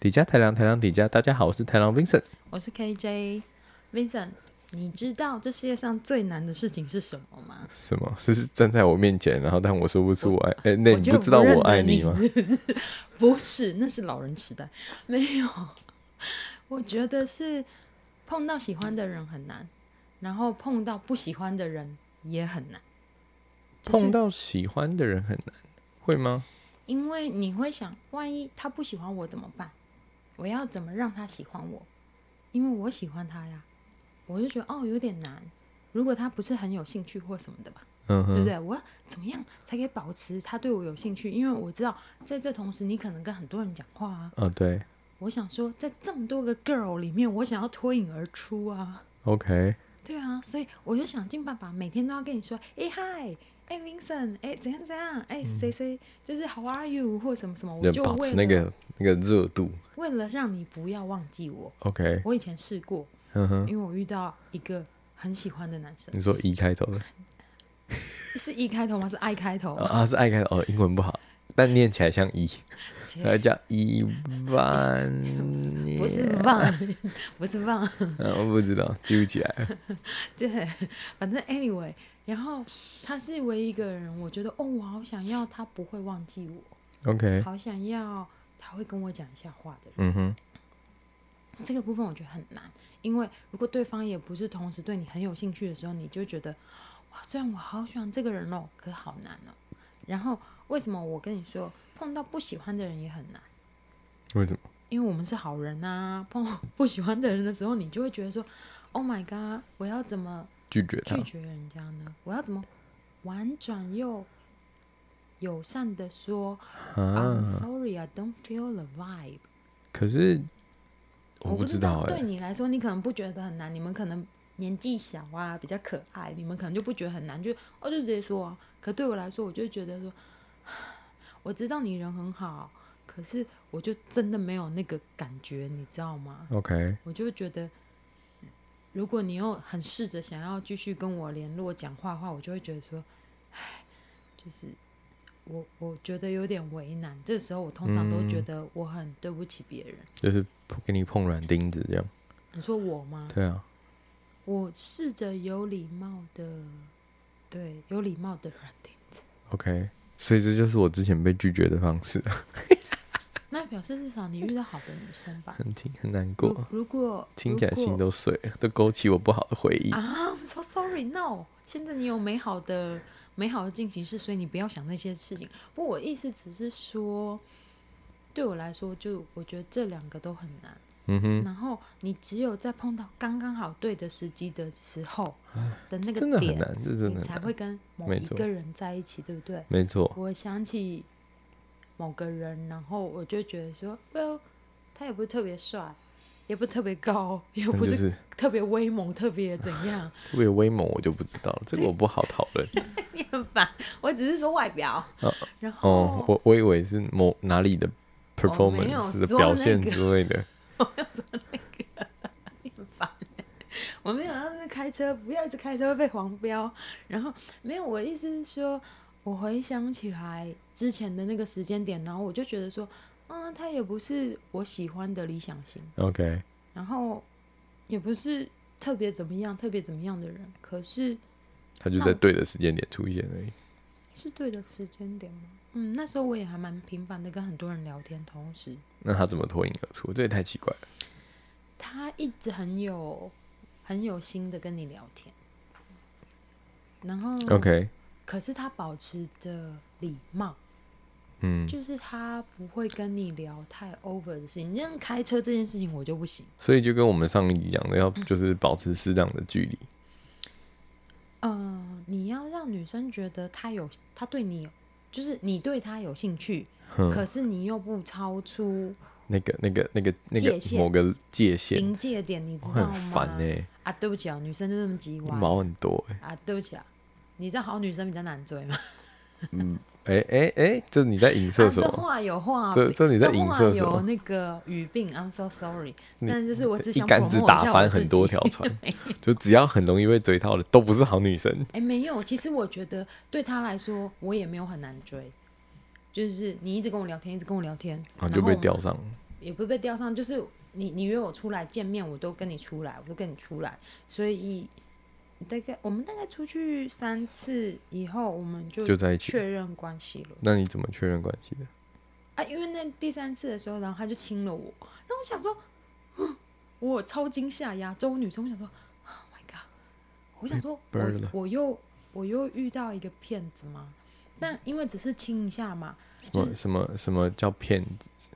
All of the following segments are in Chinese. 底加台郎，台郎底加，大家好，我是台郎 Vincent。我是 KJ Vincent。你知道这世界上最难的事情是什么吗？什么？是是站在我面前，然后但我说不出我爱，哎、那我你就不知道认我得爱你吗？？ 不是，那是老人痴呆。没有，我觉得是碰到喜欢的人很难，然后碰到不喜欢的人也很难。就是碰到喜欢的人很难，会吗？因为你会想，万一他不喜欢我怎么办？我要怎么让他喜欢我？因为我喜欢他呀，我就觉得哦有点难。如果他不是很有兴趣或什么的吧，嗯对不哼，对？我要怎么样才可以保持他对我有兴趣？因为我知道在这同时，你可能跟很多人讲话啊。啊，对我想说，在这么多个 girl 里面，我想要脱颖而出啊。 ，OK，对啊，所以我就想尽办法，每天都要跟你说，哎嗨，哎 Vincent，哎怎样怎样，哎谁谁，就是 How are you 或什么什么，我要嗯就保为持了那个那个热度为了让你不要忘记我， ，OK，我以前试过，嗯哼，因为我遇到一个很喜欢的男生，你说 E 开头的是 E 开头吗？是 I 开头哦？啊，是爱开头，哦，英文不好，但念起来像 E，它叫伊万，不是忘， 不是忘，嗯，我不知道，记不起来 了，对，反正 anyway，然后他是唯一一个人，我觉得哦，我好想要他不会忘记我， OK，好想要他会跟我讲一下话的人。嗯哼，这个部分我觉得很难，因为如果对方也不是同时对你很有兴趣的时候，你就觉得哇，虽然我好喜欢这个人哦，可是好难哦。然后为什么我跟你说碰到不喜欢的人也很难？为什么？因为我们是好人啊，碰 到不喜欢的人的时候，你就会觉得说，Oh my god，我要怎么拒绝他拒绝人家呢？我要怎么婉转又友善的说、啊 i m？sorry, I don't feel the vibe。可是我不我不知知道哎、对你来说，你可能不觉得很难，你们可能年纪小啊，比较可爱，你们可能就不觉得很难，就哦就直接说、啊。可对我来说，我就觉得说， 我知道你人很好，可是我就真的没有那个感觉，你知道吗？ OK，我就觉得，如果你又很试着想要继续跟我联络讲话的话，我就会觉得说，唉，就是我我觉得有点为难。这时候我通常都觉嗯得我很对不起别人。就是给你碰软钉子这样。你说我吗？对啊，我试着有礼貌的，对，有礼貌的软钉子。 OK，所以这就是我之前被拒绝的方式，。那表示至少你遇到好的女生吧很挺很难 如过，如果 听起来心嗯如果都碎了，都勾起我不好的回忆。啊，I'm so sorry，no。现在你有美好的美好的进行式，所以你不要想那些事情。不过我意思只是说，对我来说，就我觉得这两个都很难。嗯哼，然后你只有在碰到刚刚好对的时机的时候的那啊真个的很点，难，这真你的才很会难。跟某没一错嗯个人在一起，对不对？没错，我想起某个人，然后我就觉得说，Well，他也不是特别帅，也不是特别高，也但不就是是特别威猛，特别怎样，特别威猛，我就不知道了，这个我不好讨论。你很烦。 我只是说外表，哦然后、哦，我我以为是某哪里的哦没有 performance 的说表那现个之类 的。我没有要那开车，不要一直开车会被黄标。然后没有，我的意思是说，我回想起来之前的那个时间点，然后我就觉得说，嗯，他也不是我喜欢的理想型。 OK，然后也不是特别怎么样、特别怎么样的人，可是他就那在我对的时间点出现而已。是对的时间点吗？嗯，那时候我也还蛮频繁的跟很多人聊天，同时那他怎么脱颖而出？这也太奇怪了。他一直很有很有心的跟你聊天，然后 OK，可是他保持着礼貌，嗯，就是他不会跟你聊太 over 的事情，像开车这件事情我就不行。所以就跟我们上一集讲的，要就是保持适当的距离。嗯，你要让女生觉得她有，她对你有，就是你对她有兴趣，嗯可是你又不超出那个、那个、那个、那界个限某个界限，临界点，你知我道很吗？烦哎、啊，对不起啊，女生就这么叽歪毛很多哎、啊，对不起啊，你知道好女生比较难追吗？欸。哎哎哎，这你在影射什啊这么？话有话这柄，这你在影射这什么话有那个语病，I'm so sorry。你但就是我只一想竿子 promote 打一下我翻自很多己条船，就只要很容易被追到的，都不是好女生。 哎、没有，其实我觉得对他来说，我也没有很难追，就是你一直跟我聊天，一直跟我聊天，然后然哦就后被我们钓上，也不被钓上，就是你你约我出来见面，我都跟你出来，我都跟你出来，所以大概我们大概出去三次以后，我们就就在一起确认关系了那你怎么确认关系的？啊，因为那第三次的时候，然后他就亲了我，然后我想说，嗯我超惊吓亚洲女生，我想说，Oh my god，我想说，被 bird 了我我又我又遇到一个骗子嘛，但因为只是亲一下嘛，什么、什么什么叫骗子？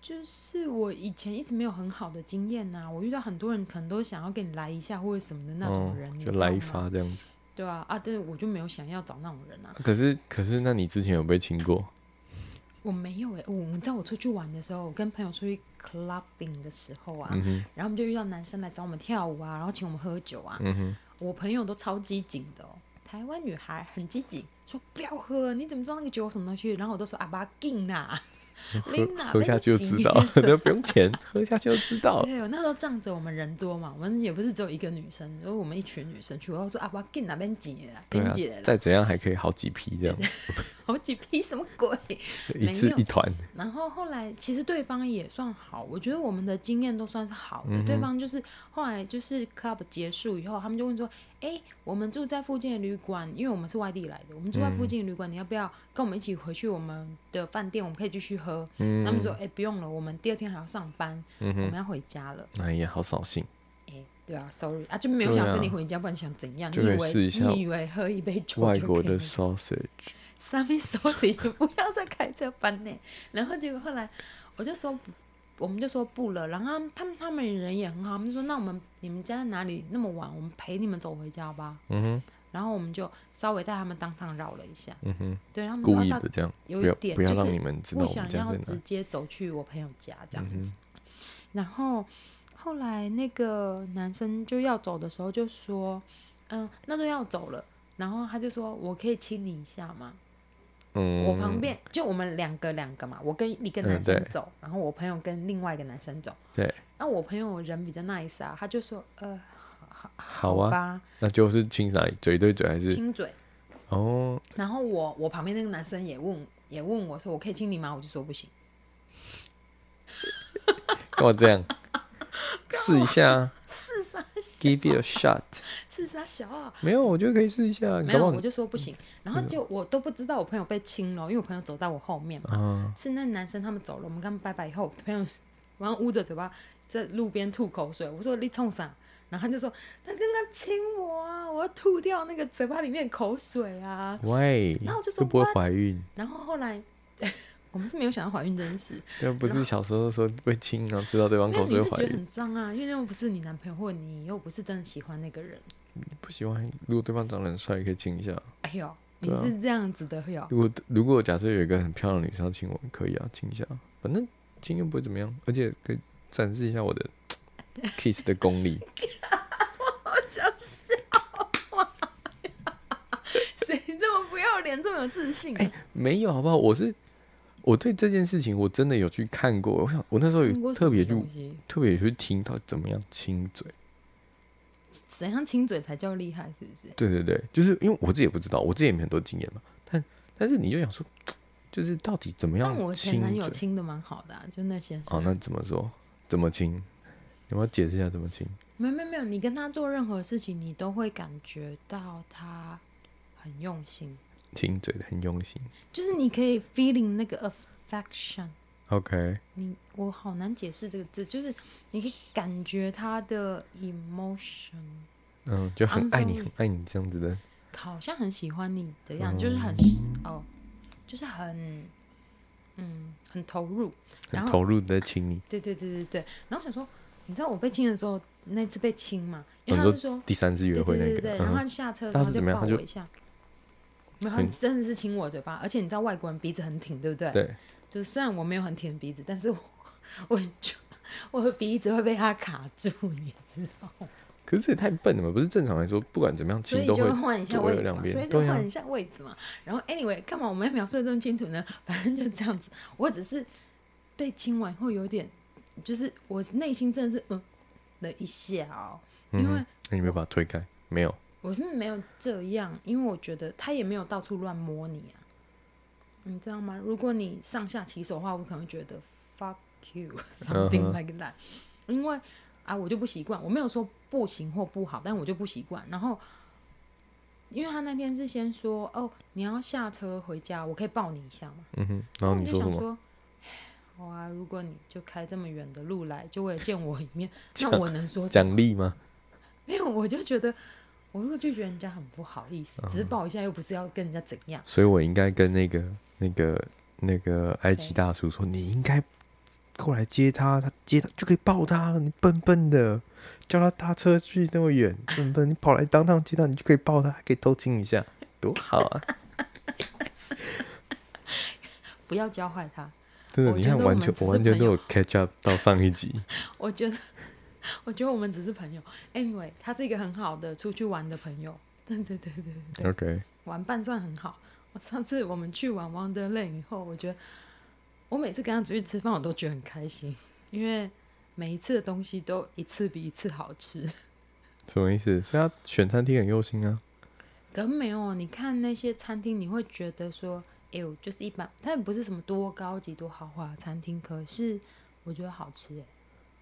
就是我以前一直没有很好的经验呐、我遇到很多人可能都想要跟你来一下或者什么的那种人，你哦就知道来一吗，发这样子。对啊啊，对，我就没有想要找那种人啊，可是可是，那你之前有被亲过？我没有哎、我你知道我出去玩的时候，我跟朋友出去 clubbing 的时候啊，嗯哼，然后我们就遇到男生来找我们跳舞啊，然后请我们喝酒啊，嗯哼，我朋友都超机警的哦，台湾女孩很机警，说不要喝，你怎么知道那个酒有什么东西？然后我都说啊，把劲啦， 喝拎啦喝下去就知道， 哦了，那不用钱，喝下去就知道了。对，我那时候仗着我们人多嘛，我们也不是只有一个女生，然后我们一群女生去，我说啊，我要跟哪边挤啦，对边啊挤了，啦，再怎样还可以好几批这样，好几批什么鬼？一没次有一团。然后后来其实对方也算好，我觉得我们的经验都算是好的。嗯哼对方就是后来就是 club 结束以后，他们就问说：“哎，我们住在附近的旅馆，因为我们是外地来的，我们住在嗯附近的旅馆，你要不要跟我们一起回去我们的饭店？我们可以继续喝。他们嗯，说：“哎，不用了，我们第二天还要上班，嗯我哼，们要回家了。”哎呀，好扫兴。哎，对啊，sorry 啊，就没有对想啊跟你回家，不然想怎样？就你可以以为试一下你以为喝一杯酒外就国可以的了 sausage，三米手指就不要再开这班呢。然后结果后来我就说不，我们就说不了。然后他们他们他们人也很好，他们就说那我们你们家在哪里那么晚，我们陪你们走回家吧。嗯然后我们就稍微带他们当场绕了一下，哼，嗯哼，对，然后他故们意说啊的这样，有不要一点不要就是让你们知道不我们想家要在直哪。接走去我朋友家这样嗯子。然后后来那个男生就要走的时候就说：“嗯，那都要走了。”然后他就说：“我可以亲你一下吗？”嗯，我旁边就我们两个两个嘛，我跟一个男生嗯对走，然后我朋友跟另外一个男生走。对，那我朋友人比较 nice 啊，他就说：“呃，好好好啊，吧，那就是亲啥？嘴对嘴还是？亲嘴。”哦，然后我我旁边那个男生也问也问我说：“我可以亲你吗？”我就说不行。干嘛这样？哦试一下啊是啥，give it a shot。是啥小啊？没有，我觉得可以试一下，啊没搞不有，好我就说不行。然后嗯就我都不知道我朋友被亲了，因为我朋友走在我后面嘛。啊，是那男生他们走了，我们跟他们拜拜以后，我朋友然后捂着嘴巴在路边吐口水，我说你冲啥？然后他就说他刚刚亲我啊，我要吐掉那个嘴巴里面的口水啊。喂，然后我就说会不会 what？怀孕？然后后来 我们是没有想到怀孕这件事，对，不是小时候说被亲，然后吃到对方因为口你水会会怀觉得孕，很脏啊，因为那又不是你男朋友，或你又不是真的喜欢那个人。不喜欢。如果对方长得很帅，也可以亲一下。哎呦，你对啊是这样子的哟。如果如果假设有一个很漂亮的女生要亲我，可以啊，亲一下，反正亲又不会怎么样，而且可以展示一下我的 kiss 的功力。 谁这么不要脸，这么有自信啊？哎没有，好不好？我是我对这件事情我真的有去看过，我想我那时候看过有什特么别去东西特别有去听到怎么样亲嘴。怎样亲嘴才叫厉害，是不是？对对对，就是因为我自己也不知道，我自己也没很多经验嘛。但但是你就想说，就是到底怎么但样我亲前男友嘴？亲的蛮好的、啊，就那些。哦，那怎么说？怎么亲？有没有解释一下怎么亲？没有没有没有，你跟他做任何事情，你都会感觉到他很用心，亲嘴的很用心。就是你可以 feeling 那个 affection。 OK，你我好难解释这个字，就是你可以感觉他的 emotion，嗯，就很 I'm 爱你， sorry 很爱你这样子的。好像很喜欢你的样子，就是很嗯哦，就是很嗯很投入。然很后投入的在亲你。对对对对对。然后想说，你知道我被亲的时候，那次被亲嘛，因为哦他你就说第三次约对会对那对个，对对，然后嗯他下车的他时候是就怎么样抱他就我一下，没有，他很真的是亲我嘴巴，而且你知道外国人鼻子很挺，对不对？对，就虽然我没有很挺鼻子，但是我 我就 我的鼻子会被他卡住，你可是也太笨了吧？不是正常来说，不管怎么样所亲以都就会会换一下左位右置嘛两，边所以就对啊换一下位置嘛。然后 anyway，干嘛我们要描述的这么清楚呢？反正就这样子，我只是被亲完后有点，就是我内心真的是嗯了一下哦，嗯因为哼那你没有把它推开？没有，我是没有这样，因为我觉得他也没有到处乱摸你啊，你知道吗？如果你上下其手的话，我可能会觉得 fuck you something 嗯哼 like that，、因为啊我就不习惯，我没有说不行或不好，但我就不习惯。然后，因为他那天是先说哦你要下车回家，我可以抱你一下吗？嗯哼，然后我你就说什想么？说，好啊，如果你就开这么远的路来，就为了见我一面，那我能说什么？奖励吗？没有，我就觉得我如果拒绝人家很不好意思，只是抱一下又不是要跟人家怎样。所以我应该跟那个那个那个埃及谁大叔说，你应该过来接他，他接他就可以抱他了。你笨笨的，叫他搭车去那么远，笨笨，你跑来当趟接他，你就可以抱他，还可以偷亲一下，多好啊！不要教坏他。真的，我你觉看得完我们全只我是完全朋都友有 catch up 到上一集，我觉得， 我觉得我们只是朋友。Anyway，他是一个很好的出去玩的朋友。对对对对对， OK，玩伴算很好。我上次我们去玩 Wonderland 以后，我觉得我每次跟他出去吃饭，我都觉得很开心，因为每一次的东西都一次比一次好吃。什么意思？所以他选餐厅很用心啊。可没有，哦你看那些餐厅，你会觉得说，哎呦，就是一般，它也不是什么多高级、多豪华的餐厅，可是我觉得好吃哎。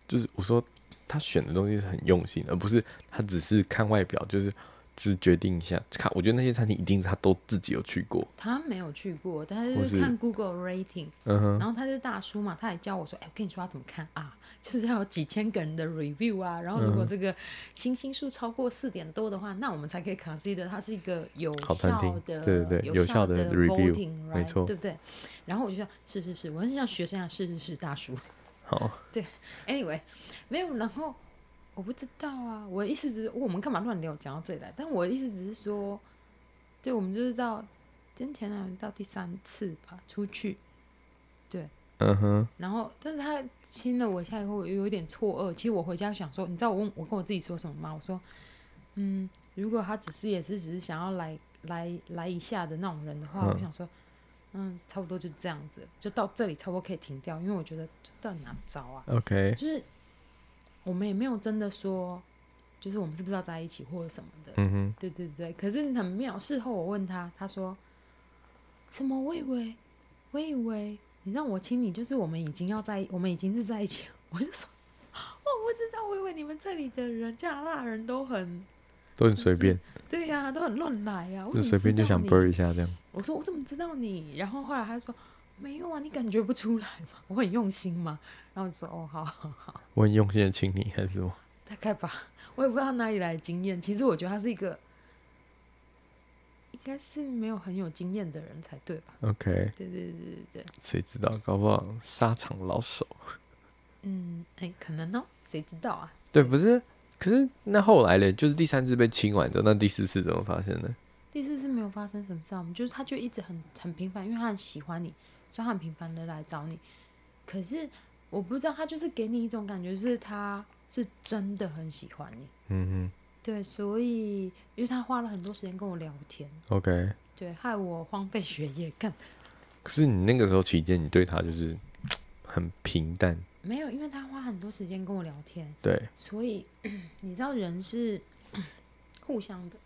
就是我说他选的东西是很用心，而不是他只是看外表，就是就是决定一下。看，我觉得那些餐厅一定是他都自己有去过。他没有去过，但或是是看 Google rating，嗯哼，然后他是大叔嘛，他也教我说，哎、我跟你说要怎么看啊，就是要有几千个人的 review 啊，然后如果嗯这个星星数超过四点多的话，那我们才可以 consider 它是一个有好餐效厅的，对对对有有效的的 review， voting，没 right，错对不对？然后我就想，是是是，我很想学生啊，是是是，大叔。好， Anyway，没有，然后我不知道啊，我的意思只是我们干嘛乱聊讲到这里来？但我的意思只是说，对，我们就是到跟前男友到第三次吧，出去，嗯哼，然后但是他亲了我一下以后，我有一点错愕。其实我回家想说，你知道我问我跟我自己说什么吗？我说，嗯，如果他只是也是只是想要来来来一下的那种人的话，我嗯想说。嗯，差不多就这样子，就到这里差不多可以停掉，因为我觉得这到底哪招啊？ ，OK，就是我们也没有真的说，就是我们是不是要在一起或者什么的。嗯哼，对对对，可是很妙。事后我问他，他说：“什么？我以为，我以为你让我亲你，就是我们已经要在，我们已经是在一起了。” 我就说：“哦我不知道，我以为你们这里的人，加拿大人都很，都很随便，对呀、都很乱来呀、啊，就我怎么随便就知道想你 burn 一下这样。我说我怎么知道你？然后后来他说没有啊，你感觉不出来吗？我很用心嘛。然后我就说哦，好好好。我很用心的请你，还是什么？大概吧，我也不知道他哪里来的经验。其实我觉得他是一个，应该是没有很有经验的人才对吧？ OK，对对对对对，谁知道？搞不好沙场老手。嗯，哎、可能哦，谁知道啊？对，不是？可是那后来嘞，就是第三次被亲完之后，那第四次怎么发生的？第四次没有发生什么事啊，我们就是他就一直很很频繁，因为他很喜欢你，所以他很频繁的来找你。可是我不知道，他就是给你一种感觉，是他是真的很喜欢你。嗯对，所以因为他花了很多时间跟我聊天，哼，OK。对，害我荒废学业，干可是你那个时候期间，你对他就是很平淡，没有，因为他花很多时间跟我聊天，对。所以 你知道人是互相的。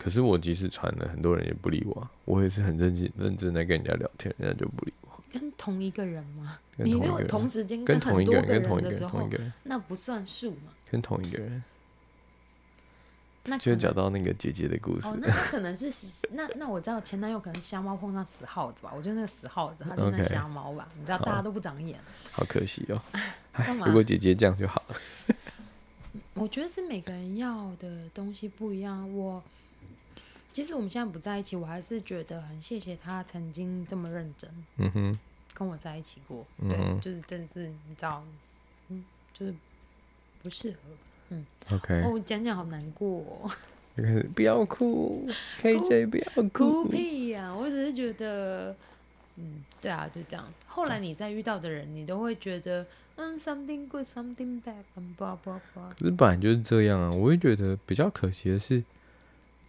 可是我即使传了，很多人也不理我啊、我也是很认真认真在跟人家聊天，人家就不理我。跟同一个人吗？跟你同一如个果人同时间跟很同一多个人，跟同人一个的时人，同候一，个人，那不算数嘛？跟同一个人，那就可能讲到那个姐姐的故事哦，。那他可能是 那那我知道前男友可能瞎猫碰上死耗子吧，我觉得那个死耗子他就那 OK 瞎猫吧你知道好大家都不长眼，好可惜 哦。唉干嘛如果姐姐这样就好了。我觉得是每个人要的东西不一样。我即使我们现在不在一起，我还是觉得很谢谢他曾经这么认真。嗯哼，跟我在一起过，嗯对，哼就是但是你知道，嗯，就是不适合。 OK，哦，讲讲好难过、哦， 就开始不要哭，KJ 不要哭哭。屁呀、我只是觉得，嗯，对啊，就这样。后来你再遇到的人，你都会觉得，嗯，something 嗯 good，something bad，and blah blah blah。可是本来就是这样啊，我会觉得比较可惜的是，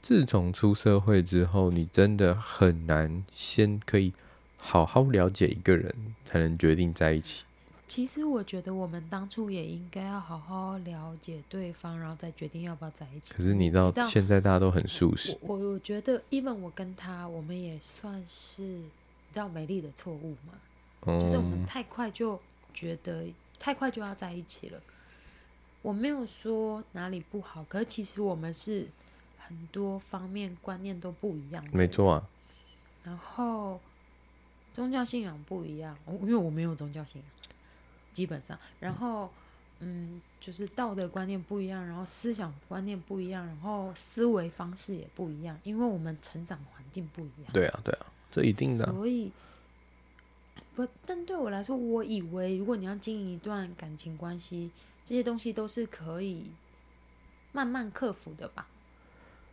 自从出社会之后，你真的很难先可以好好了解一个人，才能决定在一起。其实我觉得我们当初也应该要好好了解对方，然后再决定要不要在一起。可是你知道，知道现在大家都很素食，我我我觉得，even 我跟他，我们也算是，你知道美丽的错误吗？就是我们嗯，太快就觉得太快就要在一起了。我没有说哪里不好，可是其实我们是很多方面观念都不一样的。没错啊，然后宗教信仰不一样，我因为我没有宗教信仰，基本上，然后嗯，就是道德观念不一样，然后思想观念不一样，然后思维方式也不一样，因为我们成长环境不一样，对啊，对啊，这一定的啊、所以不，但对我来说，我以为如果你要经营一段感情关系，这些东西都是可以慢慢克服的吧。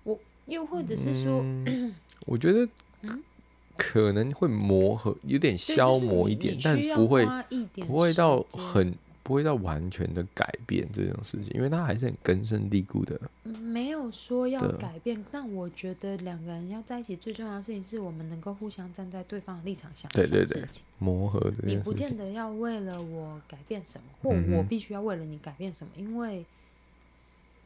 我又或者是说，嗯我觉得嗯可能会磨合，有点对消磨一点，但不会，不会到。就是你你需要花一点时间很不会到完全的改变这种事情，因为它还是很根深蒂固的。没有说要对改变，但我觉得两个人要在一起，最重要的事情是我们能够互相站在对方的立场想对想对事对情。磨合这你件不事情，见得要为了我改变什么，或嗯我哼必须要为了你改变什么，因为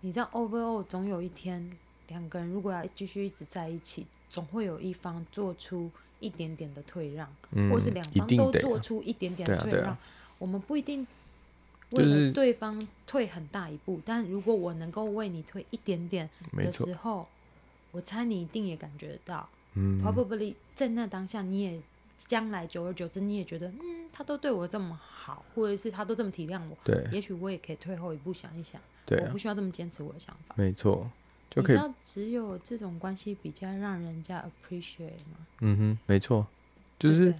你知道，overall 总有一天，两个人如果要继续一直在一起，总会有一方做出一点点的退让，嗯或是两，一方定都得做啊出一点点对啊退对让。啊我们不一定就为是了对方退很大一步，但如果我能够为你退一点点没的错，时候，我猜你一定也感觉到。嗯， probably 在那当下，你也将来久而久之，你也觉得，嗯，他都对我这么好，或者是他都这么体谅我，对也许我也可以退后一步想一想，对我啊不，需要这么坚持我的想法。没错，就你可知以，道，只有这种关系比较让人家 appreciate 吗？嗯哼，没错，就对不是对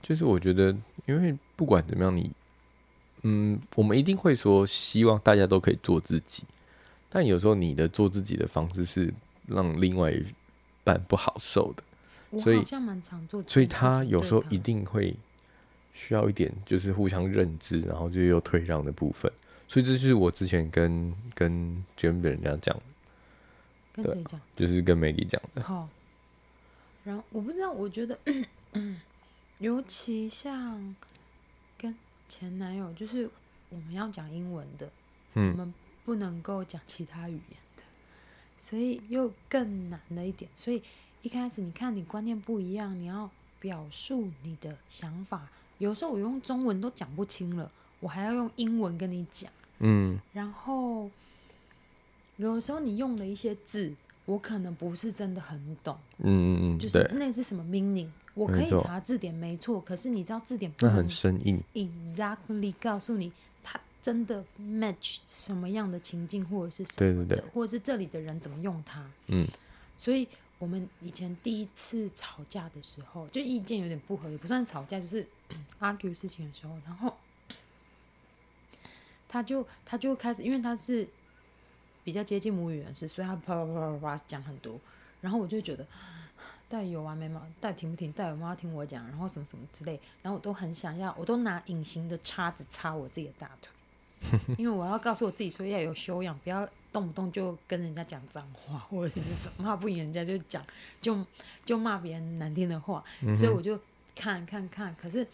就是我觉得，因为不管怎么样，你，嗯，我们一定会说希望大家都可以做自己，但有时候你的做自己的方式是让另外一半不好受的，所以我好像蛮常做这件事情，所以他有时候对一吧定会需要一点就是互相认知，然后就有退让的部分。所以这是我之前跟跟跟别人家讲，跟对谁讲？就是跟美丽讲的，好、然后我不知道，我觉得， 尤其像跟前男友，就是我们要讲英文的，我嗯们不能够讲其他语言的，所以又更难了一点。所以一开始你看你观念不一样，你要表述你的想法，有时候我用中文都讲不清了，我还要用英文跟你讲。嗯，然后有时候你用的一些字，我可能不是真的很懂，嗯嗯嗯，就是对，那是什么 meaning，我可没以错查字典没错，可是你知道字典不那能很生硬， exactly 告诉你它真的 match 什么样的情境或者是什对对么对的，，或者是这里的人怎么用它。嗯，所以我们以前第一次吵架的时候，就意见有点不合，也不算吵架，就是 argue 事情的时候，然后 他就他就开始，因为他是比较接近母语人士，所以他啪啪啪啪啪讲很多，然后我就觉得。 到底有完没完？到底停不停？到底有没有要听我讲？然后什么什么之类，然后我都很想要，我都拿隐形的叉子插我自己的大腿，因为我要告诉我自己说要有修养，不要动不动就跟人家讲脏话，或者是什么骂不赢人家就讲，就就骂别人难听的话，嗯所以我就看看看。可是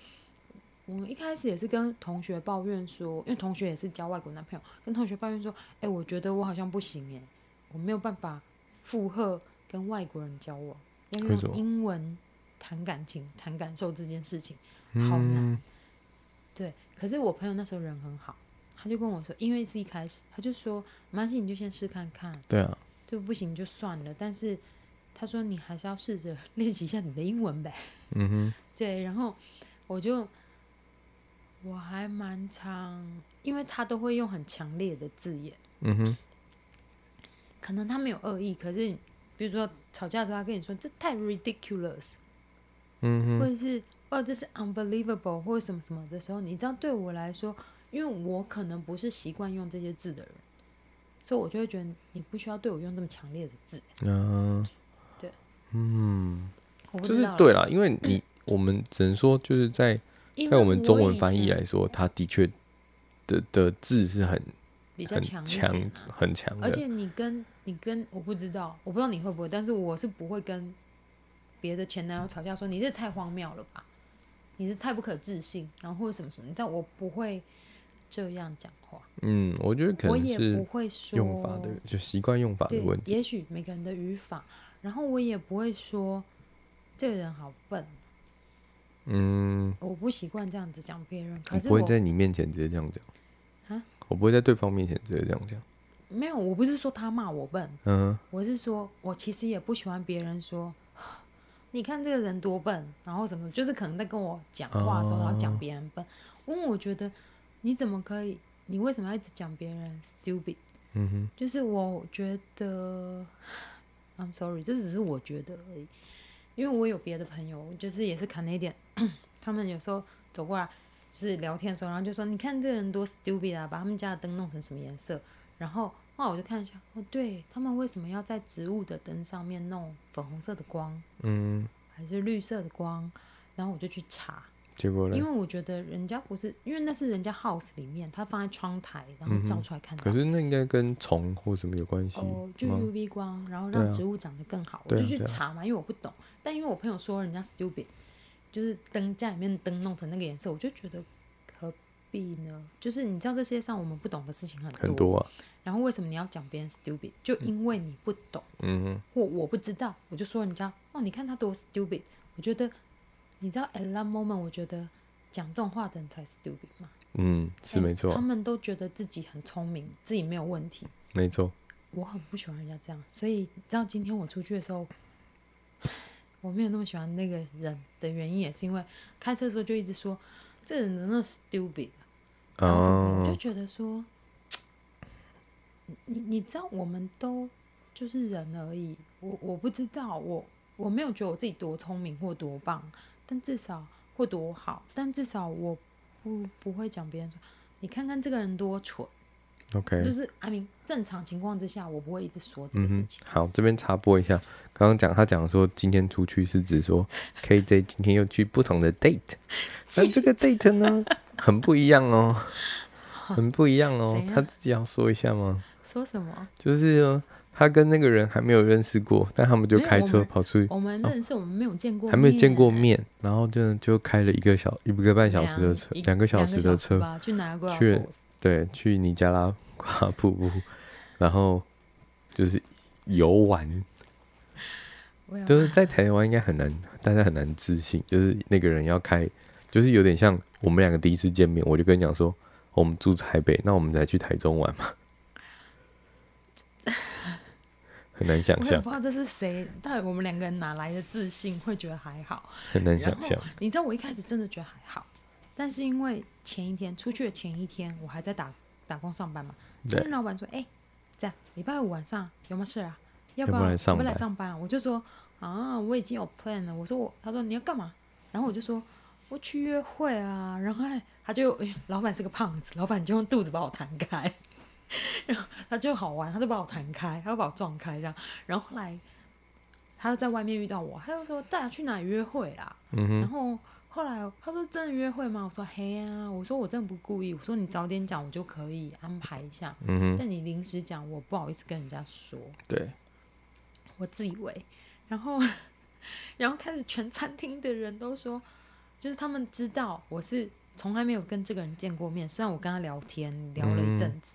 我一开始也是跟同学抱怨说，因为同学也是交外国男朋友，跟同学抱怨说，哎、我觉得我好像不行哎、我没有办法附和跟外国人交往，要为什么用英文谈感情、谈感受这件事情。好难嗯，对，可是我朋友那时候人很好，他就跟我说，因为是一开始，他就说没关系，你就先试看看，对啊，对不行就算了。但是他说你还是要试着 练习一下你的英文呗。 嗯哼，对，然后我就我还蛮常，因为他都会用很强烈的字眼，嗯哼，可能他没有恶意，可是比如说吵架的时候，他跟你说这太 ridiculous，嗯或哼，者是哦这是 unbelievable 或者什么什么的时候，你知道对我来说，因为我可能不是习惯用这些字的人，所以我就会觉得你不需要对我用这么强烈的字。嗯，对，嗯，我不就知是道啦，啊对啦，因为你我们只能说就是在因在为我们中文以翻译前来说，它的确的的字是很比较很强一强点啊很强的而，且你跟你跟我不知道，我不知道你会不会，但是我是不会跟别的前男友吵架说你这太荒谬了吧，你这太不可置信，然后或者什么什么，你知道我不会这样讲话，嗯，我觉得可我能也不是会说用法的，就习惯用法的对问，题。也许每个人的语法，然后我也不会说这个人好笨，嗯，我不习惯这样子讲别人，可我是不会我在你面前直接这样讲啊我不会在对方面前直接这样讲。没有，我不是说他骂我笨，嗯，我是说我其实也不喜欢别人说，你看这个人多笨，然后什么，就是可能在跟我讲话的时候，然后讲别人笨，因为我觉得你怎么可以，你为什么要一直讲别人 stupid？嗯哼，就是我觉得，I'm sorry，这只是我觉得而已，因为我有别的朋友，就是也是 Canadian，他 们有时候走过来就是聊天的时候，然后就说你看这个人多 stupid 啊，把他们家的灯弄成什么颜色，然后后来我就看一下，哦，对他们为什么要在植物的灯上面弄粉红色的光嗯，还是绿色的光？然后我就去查，结果因嘞为，我觉得人家不是，因为那是人家 house 里面，他放在窗台，然后照出来看嗯到。可是那应该跟虫或什么有关系哦，就吗？ UV 光，然后对让啊植物长得更好，我对啊就去对啊查嘛，因为我不懂。但因为我朋友说人家 stupid，就是灯家里面灯弄成那个颜色，我就觉得何必呢？就是你知道这世界上我们不懂的事情很多，很多啊，然后为什么你要讲别人 stupid？就因为你不懂、嗯或我不知道，我就说人家哦，你看他多 stupid。我觉得你知道 at that moment，我觉得讲这种话的人才 stupid 嘛，嗯，是哎没错他啊，们都觉得自己很聪明，自己没有问题。没错，我很不喜欢人家这样，所以你知道今天我出去的时候，我没有那么喜欢那个人的原因，也是因为开车的时候就一直说这人真的 stupid，然后什么什么，我就哦，觉得说，你你知道我们都就是人而已，我我不知道，我我没有觉得我自己多聪明或多棒，但至少或多好，但至少我不不会讲别人说，你看看这个人多蠢。就 OK，是阿明正常情况之下，我不会一直说这个嗯事哼情。，好，这边插播一下，刚刚讲他讲说今天出去是指 说 KJ 今天又去不同的 date，那这个 date 呢很不一样 哦，很不一样哦怎，样他自己要说一下吗？说什么？就是呢他跟那个人还没有认识过，但他们就没有开我车们跑出去，我们认识，我们没有见过，还没有见过，面，然后就就开了一个小一个半小时的车，一两个小时的车，吧，去拿过去对，去尼加拉瓜瀑布，然后就是游玩，嗯我有就是在台湾应该很难，大家很难置信，就是那个人要开，就是有点像我们两个第一次见面，我就跟你讲说，哦我们住台北，那我们才去台中玩嘛，很难想我也象不，知道这是谁，到底我们两个人哪来的自信，会觉得还好？很难然想后象，你知道我一开始真的觉得还好，但是因为前一天出去的前一天，我还在打打工上班嘛，就对跟老板说，哎、这样礼拜五晚上有没有事啊？要要不要要来上要不要来班上班啊？我就说啊，我已经有 plan 了。我说我，他说你要干嘛？然后我就说我去约会啊。然后他他就、哎老板是个胖子，老板就用肚子把我弹开， 然后他就好玩，他就把我弹开，他就把我撞开这样。然后后来他就在外面遇到我，他就说带他去哪里约会啦？嗯哼然后后来他说真的约会吗？我说嘿啊，我说我真的不故意，我说你早点讲我就可以安排一下。嗯哼，但你临时讲，我不好意思跟人家说，对，我自以为，然后，然后开始全餐厅的人都说，就是他们知道我是从来没有跟这个人见过面，虽然我跟他聊天聊了一阵子，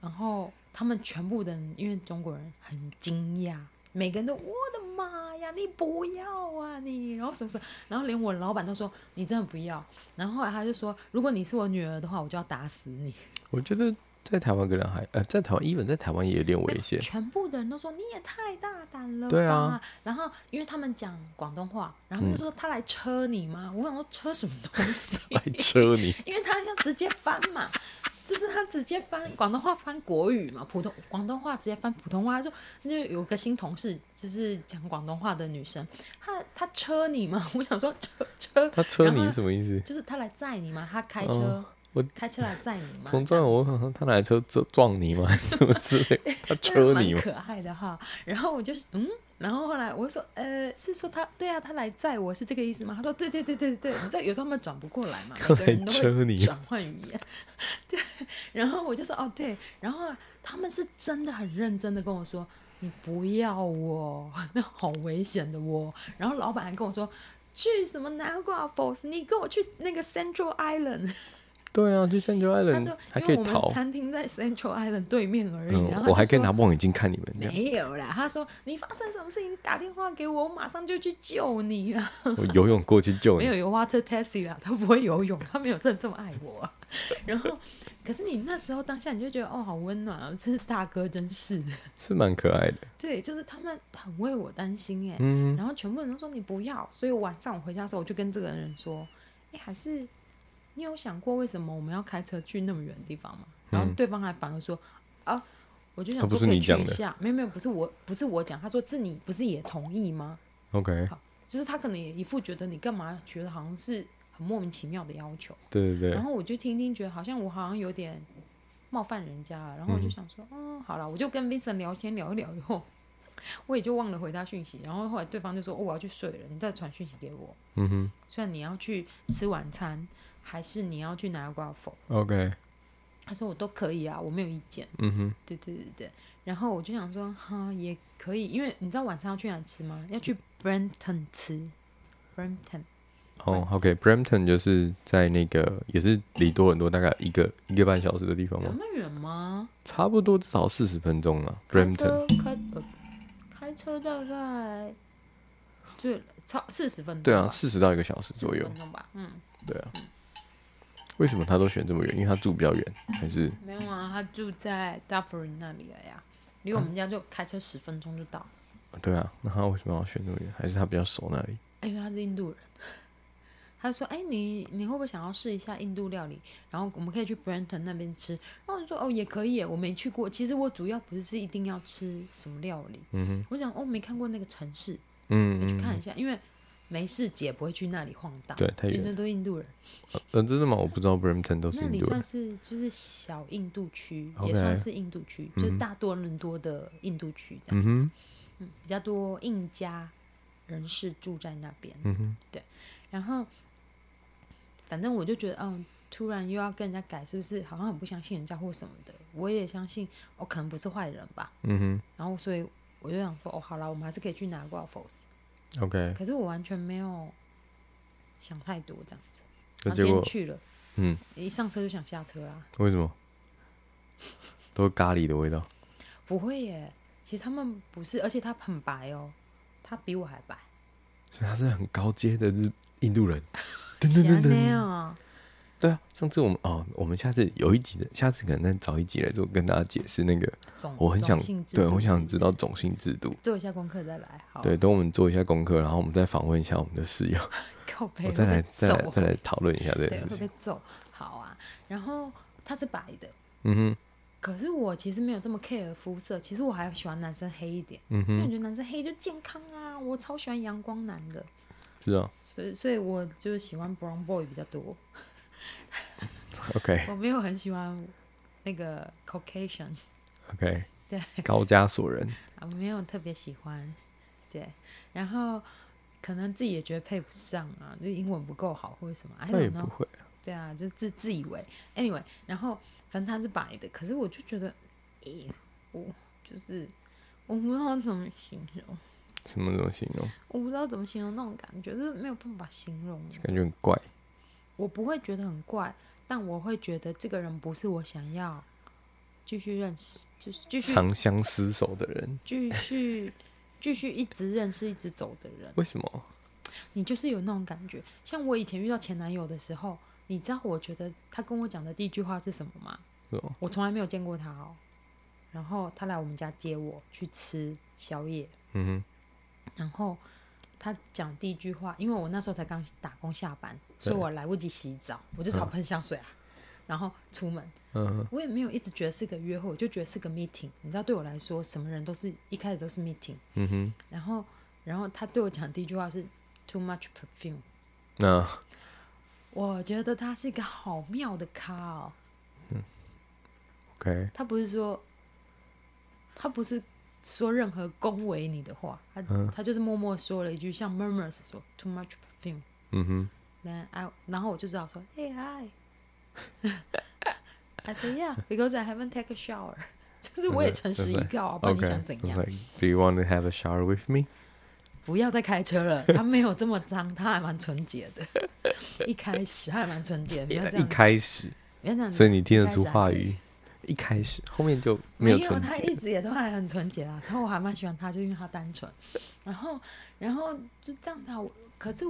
然后他们全部的人因为中国人很惊讶，每个人都我的妈呀，你不要啊你，然后什么什么，然后连我老板都说你真的不要，然后后来他就说，如果你是我女儿的话，我就要打死你。我觉得在台湾可能还呃，在台湾，even 在台湾也有点 危险。全部的人都说你也太大胆了吧？对啊嗯然后因为他们讲广东话，然后他们就说他来车你吗？我想说车什么东西？ 来车你，因为他要直接翻嘛，就是他直接翻广东话翻国语嘛，普通广东话直接翻普通话，就就有个新同事就是讲广东话的女生，她她车你吗？ 我想说车车他车你然是后什么意思？就是他来载你吗？他开车、哦我开车来载你吗？从这我想说他来车撞撞你吗？ 还是什么之类？他车你蛮吗？可爱的哈。然后我就是嗯，然后后来我就说呃，是说他对啊，他来载我是这个意思吗？他说对对对对对，你知道有时候他们转不过来嘛，每个人他来都 车会你转换语言。 对，然后我就说哦对，然后他们是真的很认真的跟我说。你不要我， 那好危险的哦。然后老板还跟我说，去什么南瓜 Falls，你跟我去那个 Central Island。对啊，去 Central 他 Island 说还因可以为我们逃，餐厅在 Central Island 对面而已，嗯然，后我他还就可以说拿望远镜看你们这样，没有啦，他说你发生什么事情，你打电话给我，我马上就去救你啊！我游泳过去救没你有，有 water taxi 啦，他不会游泳，他没有真的这么爱我、 啊。然后，可是你那时候当下你就觉得哦，好温暖啊，这是大哥，真是的。是蛮可 爱的。对，就是他们很为我担心哎、嗯，然后全部人都说你不要，所以晚上我回家的时候，我就跟这个人说，哎、还是你有想过为什么我们要开车去那么远的地方吗？然后对方还反而说，啊，我就想啊嗯不说是可以你讲去一的下，没有没有，不是我不是我讲，他说是你不是也同意吗？ OK，就是他可能也一副觉得你干嘛，觉得好像是很莫名其妙的要求。对对然对，后我就听听，觉得好像我好像有点冒犯人家了，然后我就想说，嗯，好了，我就跟 Vincent 聊天聊一聊以后， 我也就忘了回他讯息。然后后来对方就说，哦，我要去睡了，你再传讯息给我。嗯哼虽然你要去吃晚餐，还是你要去拿瓜否？ ，OK，他说我都可以啊，我没有意见。嗯哼，对对对对。然后我就想说，哈，也可以，因为你知道晚上要去哪里吃吗？要去 Brenton 吃，Brenton。哦，OK，Brampton 就是在那个也是离多伦多大概一个一个半小时的地方有吗？那么远吗？差不多至少四十分钟了。开 Brampton 车开呃，开车大概最超四十分钟对啊，吧四十到一个小时左40右分。钟吧。嗯，对啊，为什么他都选这么远？因为他住比较远，还是没有啊，他住在 Dufferin 那里了呀，离我们家就开车十分钟就到。对啊？那他为什么要选这么远？还是他比较熟那里？哎因为他是印度人，他说：“哎、你你会不会想要试一下印度料理？然后我们可以去 Brenton 那边吃。”然后我就说：“哦，也可以耶，我没去过。其实我主要不是一定要吃什么料理，嗯哼，我想哦，没看过那个城市，可以嗯去嗯，看一下，因为没事姐不会去那里晃荡。”对，太因远。为了。都印度人，呃，真的吗？我不知道 Brampton 都是那印里度算人。是就是小印度区 OK 也算是印度区，就是大多伦多的印度区这样嗯子，哼，比较多印加人士住在那边。嗯哼，然后，反正我就觉得，嗯，突然又要跟人家改，是不是好像很不相信人家或什么的？我也相信，我、可能不是坏人吧。嗯然后，所以我就想说，哦，好啦，我们还是可以去拿挂 f o 哼，OK。可是我完全没有想太多这样子。那然后结今天果去了，嗯，一上车就想下车啊啦。为什么？都是咖喱的味道。不会耶，其实他们不是，而且他很白哦，他比我还白。所以他是很高阶的日印度人。噔噔噔真噔。的啊，对啊，上次我们哦，我们下次有一集的，下次可能再找一集来做，跟大家解释那个。种我很想哦种姓，制对度我想知道种姓制度。做一下功课再来。好，对，等我们做一下功课，然后我们再访问一下我们的室友，靠背，我再来会哎被再来揍再来讨论一下这件对，事会情。被揍。好啊，然后他是白的，嗯哼，可是我其实没有这么 care 肤色，其实我还喜欢男生黑一点，嗯因为我哼，觉得男生黑就健康啊，我超喜欢阳光男的，是啊所以所以我就喜欢 brown boy 比较多， ，OK 我没有很喜欢那个 Caucasian， OK， 对，高加索人，啊，没有特别喜欢，对，然后可能自己也觉得配不上啊，就英文不够好或者什么，I 那也 don't 不 know，会，对啊，就自自以为，anyway，然后反正他是白的，可是我就觉得，咦、我就是我不知道怎么形容，什么怎么形容？我不知道怎么形容那种感觉，就是没有办法形容。感觉很怪。我不会觉得很怪，但我会觉得这个人不是我想要继续认识，就是继续长相厮守的人，继续继续一直认识、一直走的人。为什么？你就是有那种感觉。像我以前遇到前男友的时候，你知道我觉得他跟我讲的第一句话是什么吗？是吗？我从来没有见过他哦。然后他来我们家接我去吃宵夜，嗯然后他讲第一句话，因为我那时候才刚打工下班，所以我来不及洗澡，我就少喷香水啊，然后出门。哼，嗯我也没有一直觉得是个约会，我就觉得是个 meeting。你知道，对我来说，什么人都是一开始都是 meeting。嗯哼，然后，然后他对我讲第一句话是 too much perfume。那我觉得他是一个好妙的咖哦， OK，他不是说，他不是说任何恭维你的话，他、嗯他就是默默说了一句像 murmurs 说 too much perfume，嗯哼，然后然后我就知道说 hey hi，I said yeah because I haven't take a shower，就是 我也诚实以告啊，不然你 OK，想怎 I 样 was？like, Do you want to have a shower with me？不要再开 车了，他没有这么脏，他还蛮纯洁的，一开始他还蛮纯洁，不要 Yeah，这一样开始没有，所以你听得出一开始还话可以语，一开始后面就没没有纯哎他洁一。直也都还很纯洁 啦。然后我还蛮喜欢他，就因为他单纯。然后，然后就这样他，我可是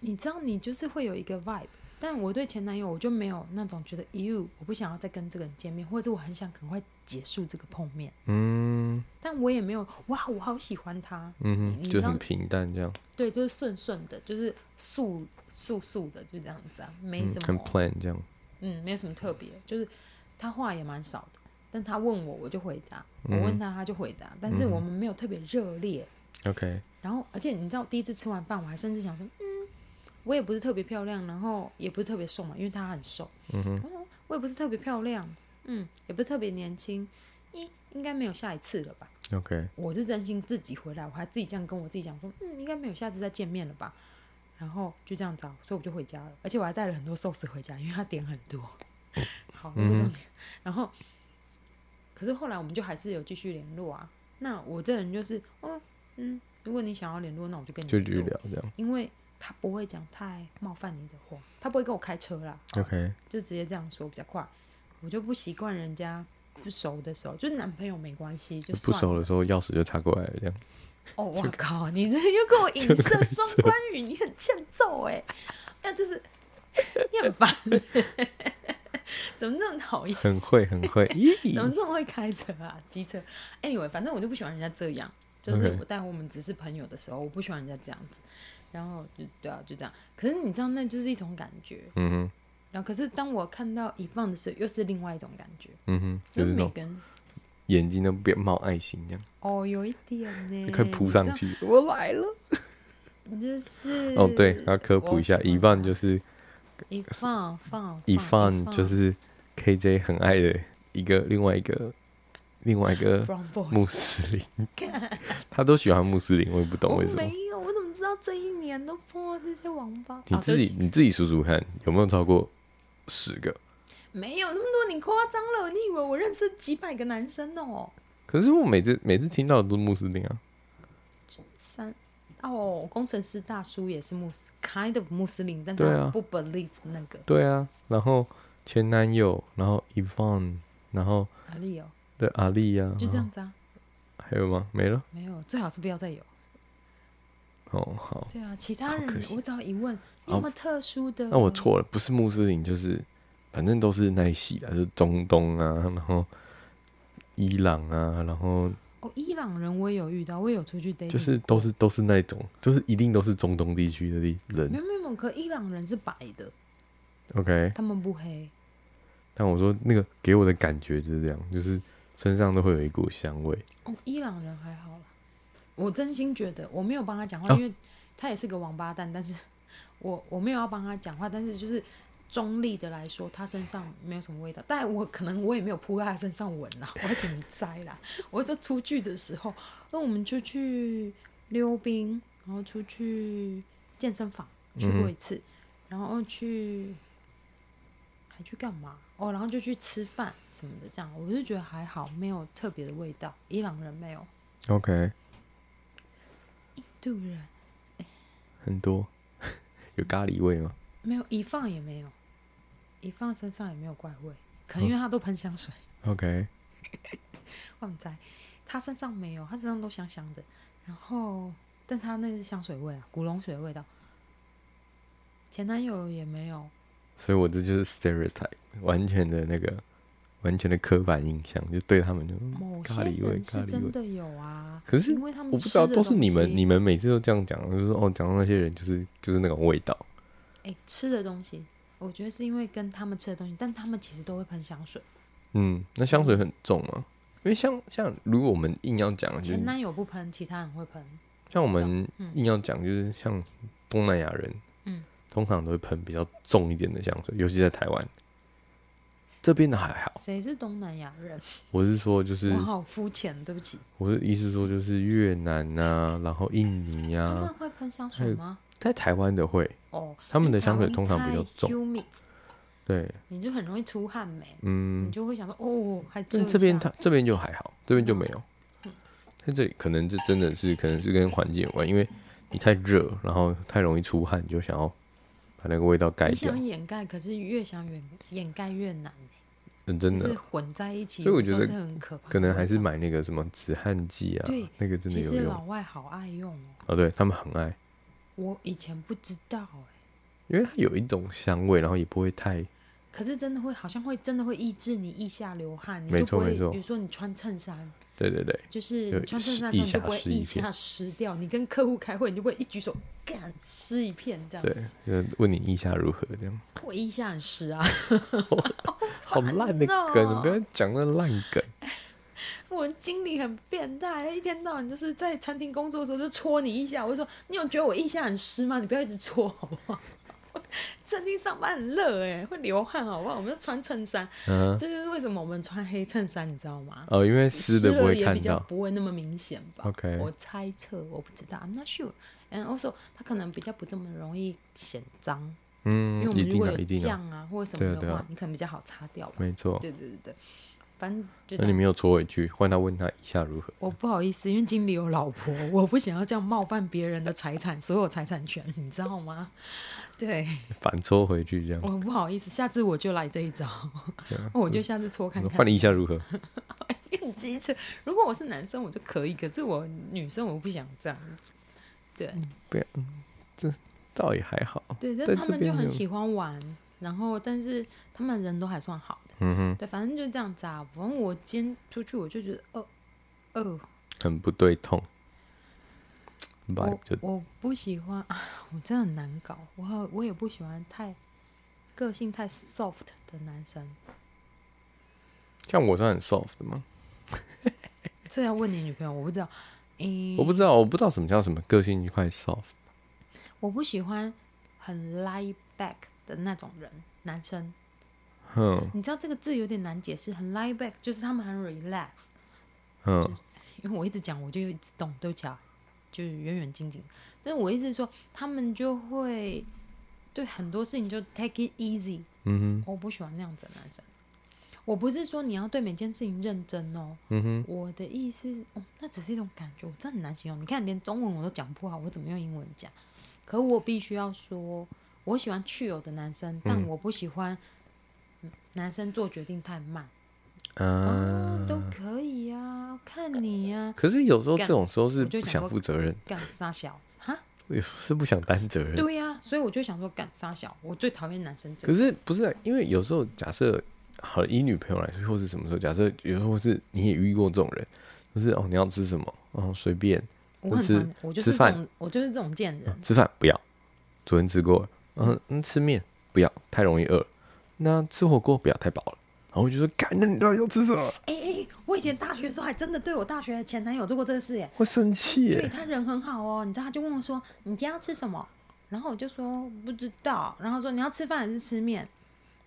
你知道，你就是会有一个 vibe。但我对前男友，我就没有那种觉得 you，我不想要再跟这个人见面，或者是我很想赶快结束这个碰面。嗯但我也没有哇，我好喜欢他，嗯哼，你就让很平淡这样，对，就是顺顺的，就是素素素的，就这样子啊，没嗯什，很么， plain 这样。嗯没有什么特别，就是他话也蛮少的，但他问我我就回答，嗯我问他他就回答，但是嗯我们没有特别热烈。 OK，然后，而且你知道，第一次吃完饭，我还甚至想说，嗯，我也不是特别漂亮，然后也不是特别瘦嘛，因为他很瘦，嗯哼，哦，我也不是特别漂亮，嗯，也不是特别年轻，应应该没有下一次了吧。 OK，我是真心自己回来，我还自己这样跟我自己讲说，嗯，应该没有下次再见面了吧。然后就这样子、啊，所以我就回家了，而且我还带了很多寿司回家，因为他点很多。 好，那嗯不重点。然后，可是后来我们就还是有继续联络啊。那我这人就是，哦，嗯，如果你想要联络，那我就跟你就继续联络，聊这样。因为他不会讲太冒犯你的话，他不会跟我开车啦。 OK，就直接这样说比较快。我就不习惯人家不熟的时候，就是男朋友没关系，就不算熟的时候钥匙就插过来了这样。哦，我靠，你这又 给我影射双关语，你很欠揍哎、那就是你很烦， 怎么这么讨厌？很会，很 会。怎么咦，这么会开车啊？机车？Anyway，反正我就不喜欢人家这样。就是 OK 我带我们只是朋友的时候，我不喜欢人家这样子。然后就对啊，就这样。可是你知道，那就是一种感觉。嗯哼，然后，可是当我看到一半的时候，又是另外一种感觉。嗯哼，就就是是那每种个人眼睛都变冒爱心这样，哦，有一点呢，快扑上去。我来了，就是哦，对，要科普一下，我一半就是一放放一放就是是 KJ 很爱的一个另外一个另外一个 Brown Boy，穆斯林，他都喜欢穆斯林，我也不懂我为什么。没有，我怎么知道这一年都碰到这些王八？你啊自对己不起你自己数数看，有没有超过十个？没有那么多，你夸张了，你以为我认识几百个男生哦？可是我每次每次听到的都是穆斯林啊，三哦，工程师大叔也是穆斯，kind of 穆斯林，但对啊他不 believe 那个对啊，然后前男友，然后 Evan，然后哪里有，对阿丽呀、啊，就这样子啊，还有吗？没了。没有，最好是不要再有。哦，好，对啊，其他好人可惜我只要一问，有没有特殊的？那我错了，不是穆斯林，就是反正都是那一系的，就是中东啊，然后伊朗啊，然后哦，伊朗人我也有遇到，我也有出去 dating，就是都是都是那种，就是一定都是中东地区的地没人。有没有没有，可伊朗人是白的， OK，他们不黑。但我说那个给我的感觉就是这样，就是身上都会有一股香味。哦，伊朗人还好啦，我真心觉得我没有帮他讲话，哦因为他也是个王八蛋，但是 我我没有要帮他讲话，但是就是中立的来说，他身上没有什么味道，但我可能我也没有扑在他身上闻啦， 我想摘啦。我是说出去的时候，那我们就去溜冰，然后出去健身房去过一嗯次，然后去还去干嘛？哦，然后就去吃饭什么的，这样我就觉得还好，没有特别的味道。伊朗人没有， OK，印度人很多 有咖喱味吗？没有，一放也没有，一放身上也没有怪味，可能因为他都喷香水。 OK，旺仔，他身上没有，他身上都香香的。然后，但他那是香水味啊，古龙水的味道。前男友也没有，所以我这就是 stereotype，完全的那个完全的刻板印象，就对他们就嗯某咖些喱味，人咖是喱味真。的有啊。可是因为他们我不知道，吃的都是你东们，西你们每次都这样讲，就是说哦，讲到那些人，就是就是那种味道。哎、吃的东西，我觉得是因为跟他们吃的东西，但他们其实都会喷香水。嗯，那香水很重吗？因为像像如果我们硬要讲，就是前男友不喷，其他人会喷。像我们嗯硬要讲，就是像东南亚人，嗯，通常都会喷比较重一点的香水，尤其在台湾这边的还好。谁是东南亚人？我是说，就是我好肤浅，对不起。我的意思说，就是越南啊，然后印尼他们啊，会喷香还水有吗？在台湾的会，哦，他们的香水通常比较因重。哎为台湾太 humid，对，你就很容易出汗没、嗯你，就会想说，哦，还但这遮边一下它这边就还好，这边就没有。嗯在这里可能这真的是可能是跟环境有关，因为你太热，然后太容易出汗，你就想要把把那个味道盖你掉想。掩盖，可是越想掩掩盖越难，嗯，就真的是，混在一起，所以我有时觉候得是很可怕的味道。可能还是买那个什么止汗剂啊对，那个真的其有实用老。外好爱用哦，哦，对他们很爱，我以前不知道哎，因为它有一种香味，然后也不会太可是真的会好像会真的会抑制你腋下流汗，你没就错不没会错比如说你穿衬衫，对对对，就是有你穿衬湿衫腋的时候你就下不会湿一腋片下湿掉，你跟客户开会你就不会一举手干湿一片这样，对，呃问你腋下如何这样，我腋下很湿啊， 好烂的哦梗，你不要讲那烂梗。我们经理很变态，一天到晚就是在餐厅工作的时候就戳你一下。我就说：“你有觉得我腋下很湿吗？你不要一直戳好不好？” 餐厅上班很热哎、会流汗好不好？我们要穿衬衫，嗯，这就是为什么我们穿黑衬衫，你知道吗？哦，因为湿的不了会也看比较到。不会那么明显吧 OK 我猜测，我不知道，I'm not sure。And also，它可能比较不这么容易显脏，因嗯为我，一们如定果的，有一定的，酱啊或者什么的话，对啊对啊你可能比较好擦掉吧。没错。对对对对，反正就那你没有戳回去，换他问他腋下如何？我不好意思，因为经理有老婆，我不想要这样冒犯别人的财产，所有财产权，你知道吗？对，反戳回去这样。我不好意思，下次我就来这一招，对啊 我就下次戳看换看。你腋下如何？ 很机车，如果我是男生我就可以，可是我女生我不想这样子。对倒也还好。对，但在他这们边就很有喜欢玩，然后但是他们人都还算好的，嗯哼，对，反正就这样子啊。反正我今天出去我就觉得，哦哦，很不对痛。vibe 我就我不喜欢， 啊我真的很难搞。我我也不喜欢太个性太 soft 的男生。像我算很 soft 的吗？这要问你女朋友，我不知道。嗯，我不知道，我不知道什么叫什么个性一块 soft。我不喜欢很 lie back 的那种人，男生。哼你知道这个字有点难解释，很 lie back 就是他们很 relax。哼，因为我一直讲，我就一直动，对不起啊，就是远远近近。但是我一直说，他们就会对很多事情就 take it easy，嗯哼，我不喜欢那样子的男生。我不是说你要对每件事情认真哦，嗯哼，我的意思是，哦，那只是一种感觉，我真的很难形容。你看，连中文我都讲不好，我怎么用英文讲？可我必须要说，我喜欢去有的男生，但我不喜欢嗯男生做决定太慢。哦，啊。都可以啊，看你呀、啊，可是有时候这种时候是我就不想想说负责任，干傻小哈？有时候是不想担责任。对呀、所以我就想说，干傻小，我最讨厌男生这可样。是不是啊、因为有时候假设好了以女朋友来说，或是什么时候，假设有时候是你也遇过这种人，就是哦你要吃什么，哦随便我很吃讨厌，我就是吃这饭嗯种，我就是这种贱人。吃饭不要，昨天吃过了，嗯嗯吃面不要，太容易饿了，那吃火锅不要太饱了，然后我就说，干，那你到底要吃什么？哎哎、我以前大学的时候还真的对我大学的前男友做过这个事耶。会生气对耶，他人很好哦，你知道，他就问我说：“你今天要吃什么？”然后我就说不知道，然后说你要吃饭还是吃面？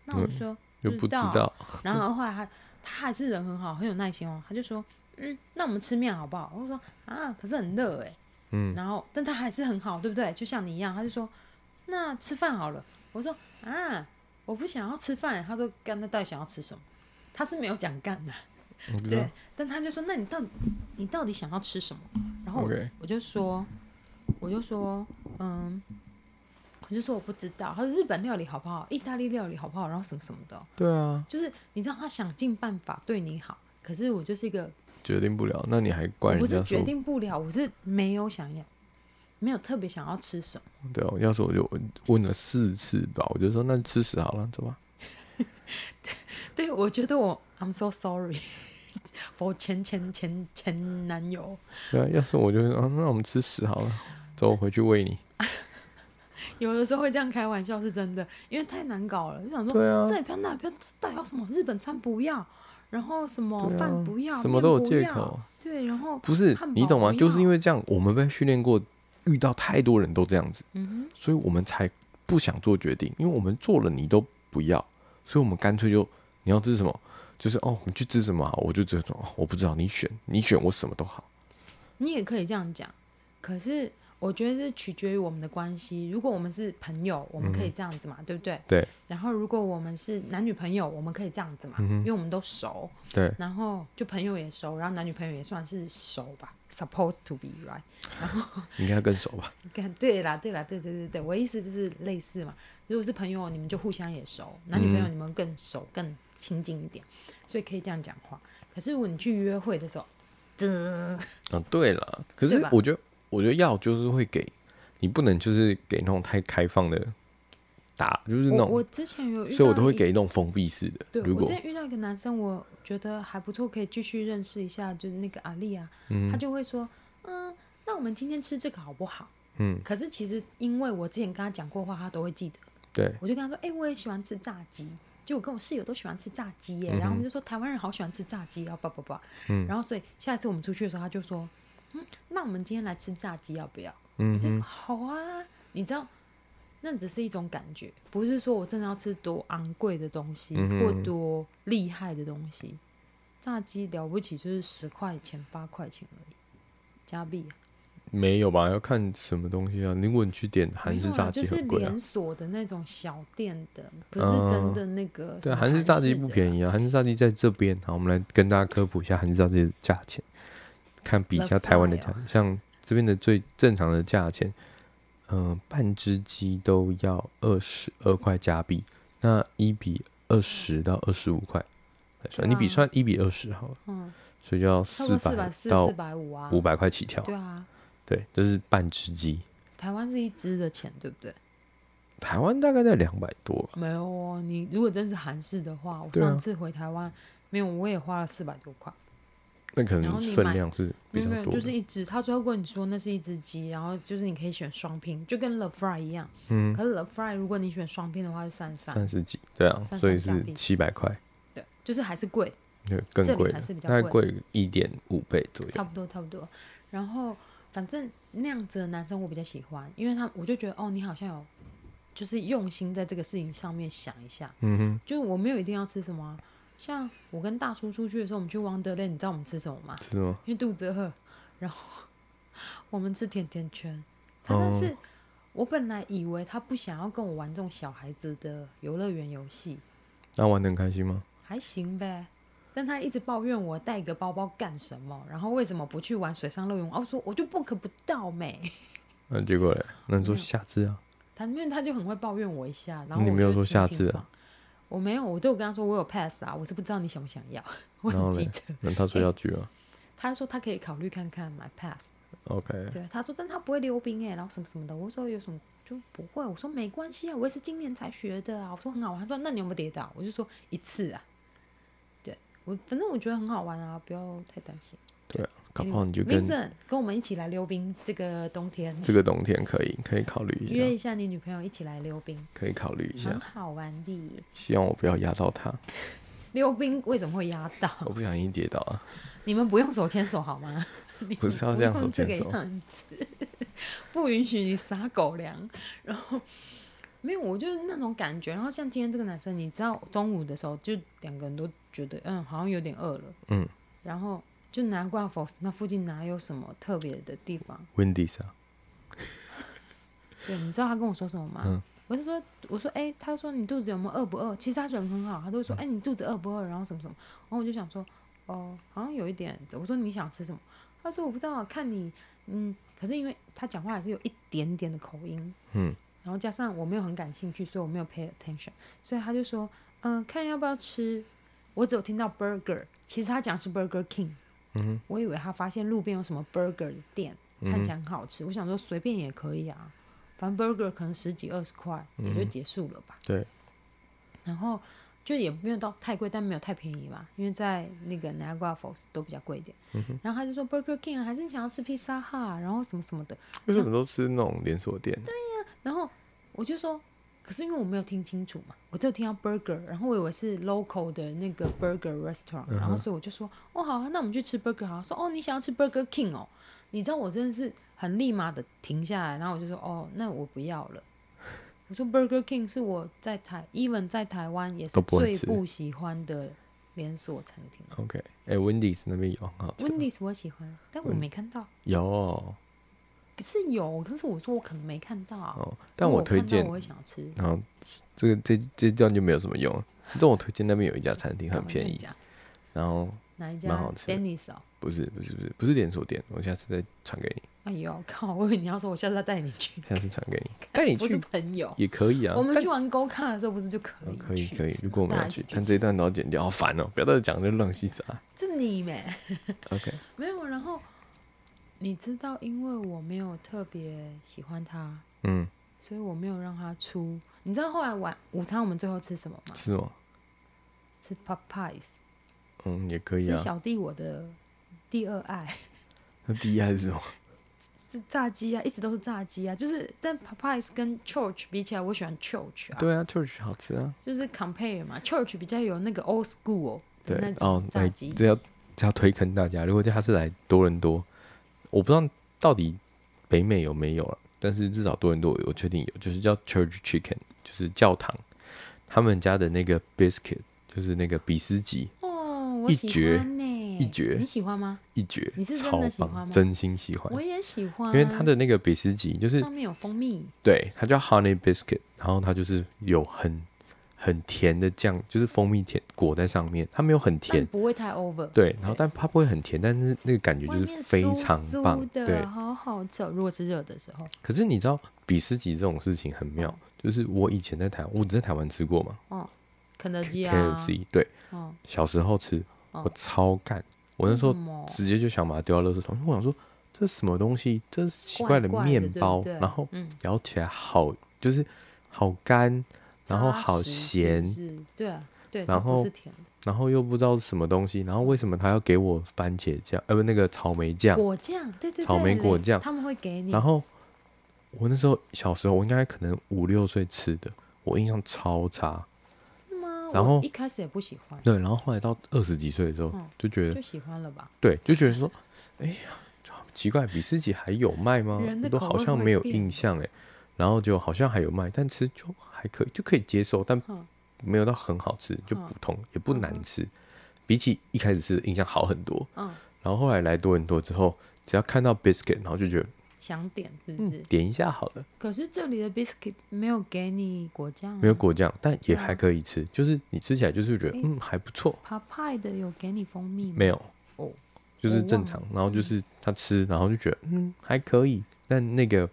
那我就嗯说、 又不知道，然嗯后后来他他还是人很好，很有耐心哦，他就说：“嗯，那我们吃面好不好？”我说：“啊，可是很热哎。”嗯，然后但他还是很好，对不对？就像你一样，他就说：“那吃饭好了。”我说：“啊，我不想要吃饭。”他说：“干，那到底想要吃什么？”他是没有讲干的、 我知道对，但他就说：“那你到底你到底想要吃什么？”然后我 OK，我就说，我就说，嗯，我就说我不知道。他说日本料理好不好，意大利料理好不好，然后什么什么的哦，对啊，就是你知道他想尽办法对你好，可是我就是一个，决定不了，那你还怪我人不是家说决，定不了，我是没有想要，没有特别想要吃什么。对啊，要是我就问了四次吧，我就说那就吃屎好了，走吧，对，我觉得我 I'm so sorry for 前前前前男友。对啊，要是我就说啊，那我们吃屎好了，走，我回去喂你，有的时候会这样开玩笑，是真的，因为太难搞了，就想说对啊这，也不要那也不要，到底要什么日本餐不要，然后什么对啊饭不要，什么面都有不借要口。对，然后不是汉堡你懂吗？不就是因要为这样，我们被训练过，遇到太多人都这样子，嗯所以我们才不想做决定，因为我们做了你都不要，所以我们干脆就你要吃什么，就是哦，你去吃什么好，我就只能说哦，我不知道，你选，你选我什么都好。哼，你也可以这样讲，可是我觉得是取决于我们的关系。如果我们是朋友，我们嗯可以这样子嘛，对不对？对。然后如果我们是男女朋友，我们可以这样子嘛，嗯因为我们都熟，对，然后就朋友也熟，然后男女朋友也算是熟吧，supposed to be right。应该更熟吧？干对啦，对啦，对对对对，我意思就是类似嘛。如果是朋友，你们就互相也熟，男女朋嗯友你们更熟、更亲近一点，所以可以这样讲话。可是如果你去约会的时候，嘖啊，对了，可对是吧我觉得，我觉得要就是会给你，不能就是给那种太开放的答，就是那我种我，之前有遇到，所以我都会。给那种封闭式的。对，如我果之前遇到一个男生，我觉得还不错，可以继续认识一下，就是那个阿丽啊，他就会说，嗯，那我们今天吃这个好不好？嗯，可是其实因为我之前跟他讲过话，他都会记得。对，我就跟他说：“哎、我也喜欢吃炸鸡。”就我跟我室友都喜欢吃炸鸡嗯耶，然后我们就说台湾人好喜欢吃炸鸡啊，叭叭叭。然后所以下一次我们出去的时候，他就说：“嗯，那我们今天来吃炸鸡要不要？”我嗯就说：“好啊。”你知道，那只是一种感觉，不是说我真的要吃多昂贵的东西、嗯哼或多厉害的东西。炸鸡了不起就是十块钱、八块钱而已，加币啊、没有吧？要看什么东西啊？如果你去点韩没式有炸啦，鸡就是很贵啊嗯连，锁的那种小店的，不是真的那个什对么啊，韩韩式炸鸡不宜。便宜啊。韩式炸鸡在这边，好，我们来跟大家科普一下韩式炸鸡的价钱，看比一 The 下台湾的 fry 价，像这边的最正常的价钱，嗯、半只鸡都要二十二块加币，那一比二十到二十五块来算，对啊你比算一比二十好了，嗯，所以就要差不多四四百百四、到四百五啊，五百块起跳，对啊，对，这是半只鸡。台湾是一只的钱，对不对？台湾大概在两百多吧，没有哦，你如果真是韩式的话，我嗯对啊上次回台湾没有，我也花了四百多块，那可然后能你分买量是比没有较没有，多就的。是一只。他最后跟你说那是一只鸡，然后就是你可以选双拼，就跟 The Fry 一样，嗯，可是 The Fry 如果你选双拼的话是三三，三十几，对啊，三所以三加是币七百块，对，就是还是贵，对，更这里贵还了是比，较大概贵贵一点五倍左右。差不多差不多。然后反正那样子的男生我比较喜欢，因为他我就觉得哦，你好像有就是用心在这个事情上面想一下，嗯哼，就是我没有一定要吃什么啊、像我跟大叔出去的时候，我们去 Wonderland，你知道我们吃什么吗？是吗？因为肚子饿，然后我们吃甜甜圈。他哦但是、我本来以为他不想要跟我玩这种小孩子的游乐园游戏，那玩的很开心吗？还行呗。但他一直抱怨我带一个包包干什么，然后为什么不去玩水上乐园？哦，我说我就 book 不到没。那结果嘞？那你说下次 啊？他因为他就很会抱怨我一下，然后你我没有就说挺下挺次啊爽我没有，我都有跟他说我有 pass 啊，我是不知道你想不想要，我然后很记嘞得。那他说要去啊他说他可以考虑看看买 pass， ，OK，对，他说但他不会溜冰哎、然后什么什么的，我说有什么就不会，我说没关系啊，我也是今年才学的啊，我说很好玩，他说那你有没有跌倒？我就说一次啊，对我反正我觉得很好玩啊，不要太担心。对啊，搞不好你就 v 跟 i n c e n 跟我们一起来溜冰，这个冬天这个冬天可以可以考虑一约下，一下你女朋友一起来溜冰，可以考虑一很下。好玩的。希望我不要压到他，溜冰为什么会压倒？我不小心跌倒啊。 你们不用手牵手好吗？你不是要这样手牵手不用这个样子， 不允许你撒狗粮。然后没有，我就是那种感觉。然后像今天这个男生，你知道中午的时候，就两个人都觉得嗯，好像有点饿了，嗯，然后就拿挂佛那附近哪有什么特别的地方？ Wendy's 啊，对，你知道他跟我说什么吗？嗯我就说，我说，哎、他说你肚子有没有饿不饿？其实他人很好，他都会说，嗯哎、你肚子饿不饿？然后什么什么，然后我就想说，哦，好像有一点。我说你想吃什么？他说我不知道，看你，嗯。可是因为他讲话还是有一点点的口音，嗯，然后加上我没有很感兴趣，所以我没有 pay attention，所以他就说，嗯、看要不要吃。我只有听到 burger，其实他讲是 Burger King，嗯哼，我以为他发现路边有什么 burger 的店，嗯看起来很好吃，我想说随便也可以啊，反正 burger 可能十几二十块也就结束了吧。对，然后就也没有到太贵，但没有太便宜嘛，因为在那个 Niagara Falls 都比较贵一点。然后他就说 Burger King 啊还是你想要吃披萨哈，然后什么什么的，为什么都吃那种连锁嗯店？然后我就说，可是因为我没有听清楚嘛，我只有听到 burger，然后我以为是 local 的那个 burger restaurant，、然后嗯所以我就说，哦好、啊，那我们去吃 burger 好、啊，说哦你想要吃 Burger King 哦，你知道我真的是很立马的停下来，然后我就说哦那我不要了。我说 Burger King 是我在台，even 在台湾也是都不会最吃不喜欢的连锁餐厅。 OK，哎、w e n d y s 那边有很好吃，嗯哦 Wendy's 我喜欢，但我没看到。有是有，但是我说我可能没看到。哦，但如果我我推看到荐我，会想吃，然后这个这这段就没有什么用了。但我推荐那边有一家餐厅很干嘛便乱宜，讲然后哪一家蛮好吃的 Dennis 哦，不是不是不是不是连锁店，我下次再传给你，哎呦靠！我以为你要说我下次要带你去，下次传给你，带你不是去朋友。也可以啊。我们但去玩 Go Kart 的时候不是就可哦以？可以可以，如果我们大要家一起去，去但这一段都要剪掉，好烦哦！不要再讲这乱七杂。是你没 OK，没有。然后你知道，因为我没有特别喜欢他，嗯，所以我没有让他出。你知道后来晚午餐我们最后吃什么吗？是哦，吃 Popeyes，嗯，也可以是啊。小弟我的第二爱，那第一还是什么？是炸鸡啊，一直都是炸鸡啊。就是但 Popeyes 跟 Church 比起来，我喜欢 Church 啊，对啊，Church 好吃啊。就是 compare 嘛，Church 比较有那个 old school 的那对种哦，炸哎，鸡。这要这要推坑大家。如果他是来多伦多，我不知道到底北美有没有了，但是至少多伦多我确定有，就是叫 Church Chicken，就是教堂，他们家的那个 biscuit 就是那个比斯吉哦，我一喜绝欢呢，一绝你喜欢吗？一绝你是，真超的喜欢棒，吗真心喜欢我。也喜欢，啊因为它的那个比斯吉就是上面有蜂蜜，对，它叫 Honey Biscuit，然后它就是有很很甜的酱，就是蜂蜜甜裹在上面，它没有很但甜，不会太 over。对，然后但它不会很甜，但是那个感觉外就是面非常酥酥棒，的对。好好吃哦。如果是热的时候，可是你知道比斯吉这种事情很妙，就是我以前在台，我只在台湾吃过嘛肯德基啊， ，KFC，对，嗯，小时候吃，嗯我超干，我那时候为什么直接就想把它丢到垃圾桶，因为我想说这是什么东西，这是奇怪的怪怪的面包，对不对然后嗯，咬起来好就是好干，然后扎好实咸，是不是对啊，对，然它不后是甜的然后又不知道是什么东西，然后为什么他要给我番茄酱，呃不那个草莓酱，果酱，对对，对草莓果酱他们会给你然，后我那时候小时候，我应该可能五六岁吃的，我印象超差。是吗？然后我一开始也不喜欢，对，然后后来到二十几岁的时候，嗯就觉得就喜欢了吧？对，就觉得说，哎呀，奇怪，比斯吉还有卖吗人？的我都口好味像会没有变印象哎。然后就好像还有卖，但吃就还可以，就可以接受，但嗯没有到很好吃，就嗯普通，也不嗯难哼吃，比起一开始吃的印象好很多。嗯，然后后来来多伦多之后，只要看到 biscuit，然后就觉得想点是不嗯是？点一下好了，可是这里的 biscuit 没有给你果酱啊，没有果酱，但也还嗯可以吃，就是你吃起来就是觉得诶嗯还不错， p a 的有给你蜂蜜吗？没有哦，就是我正忘常了，然后就是他吃，然后就觉得嗯还可以，但那个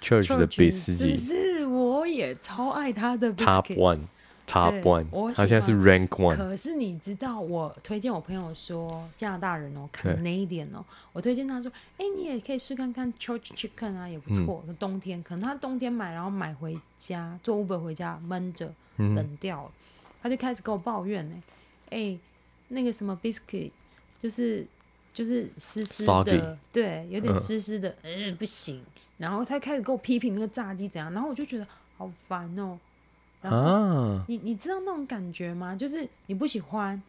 church 的 Church 斯是基不是我也超爱他的 top biscuit。 one top 对 one，我他喜现在是欢 rank one，可是你知道，我推荐我朋友说加拿大人哦对，Canadian 哦，我推荐他说，哎、你也可以试看看 Church Chicken 啊，也不嗯错。冬天可能他冬天买，然后买回家做 Uber 回家闷着冷掉了，他就开始跟我抱怨呢、哎、那个什么 biscuit 就是就是湿湿 Soggy 的，对，有嗯点湿湿的，嗯、不行。然后他开始给我批评那个炸鸡怎样，然后我就觉得好烦哦、然后啊，你你知道那种感觉吗？就是你不喜欢，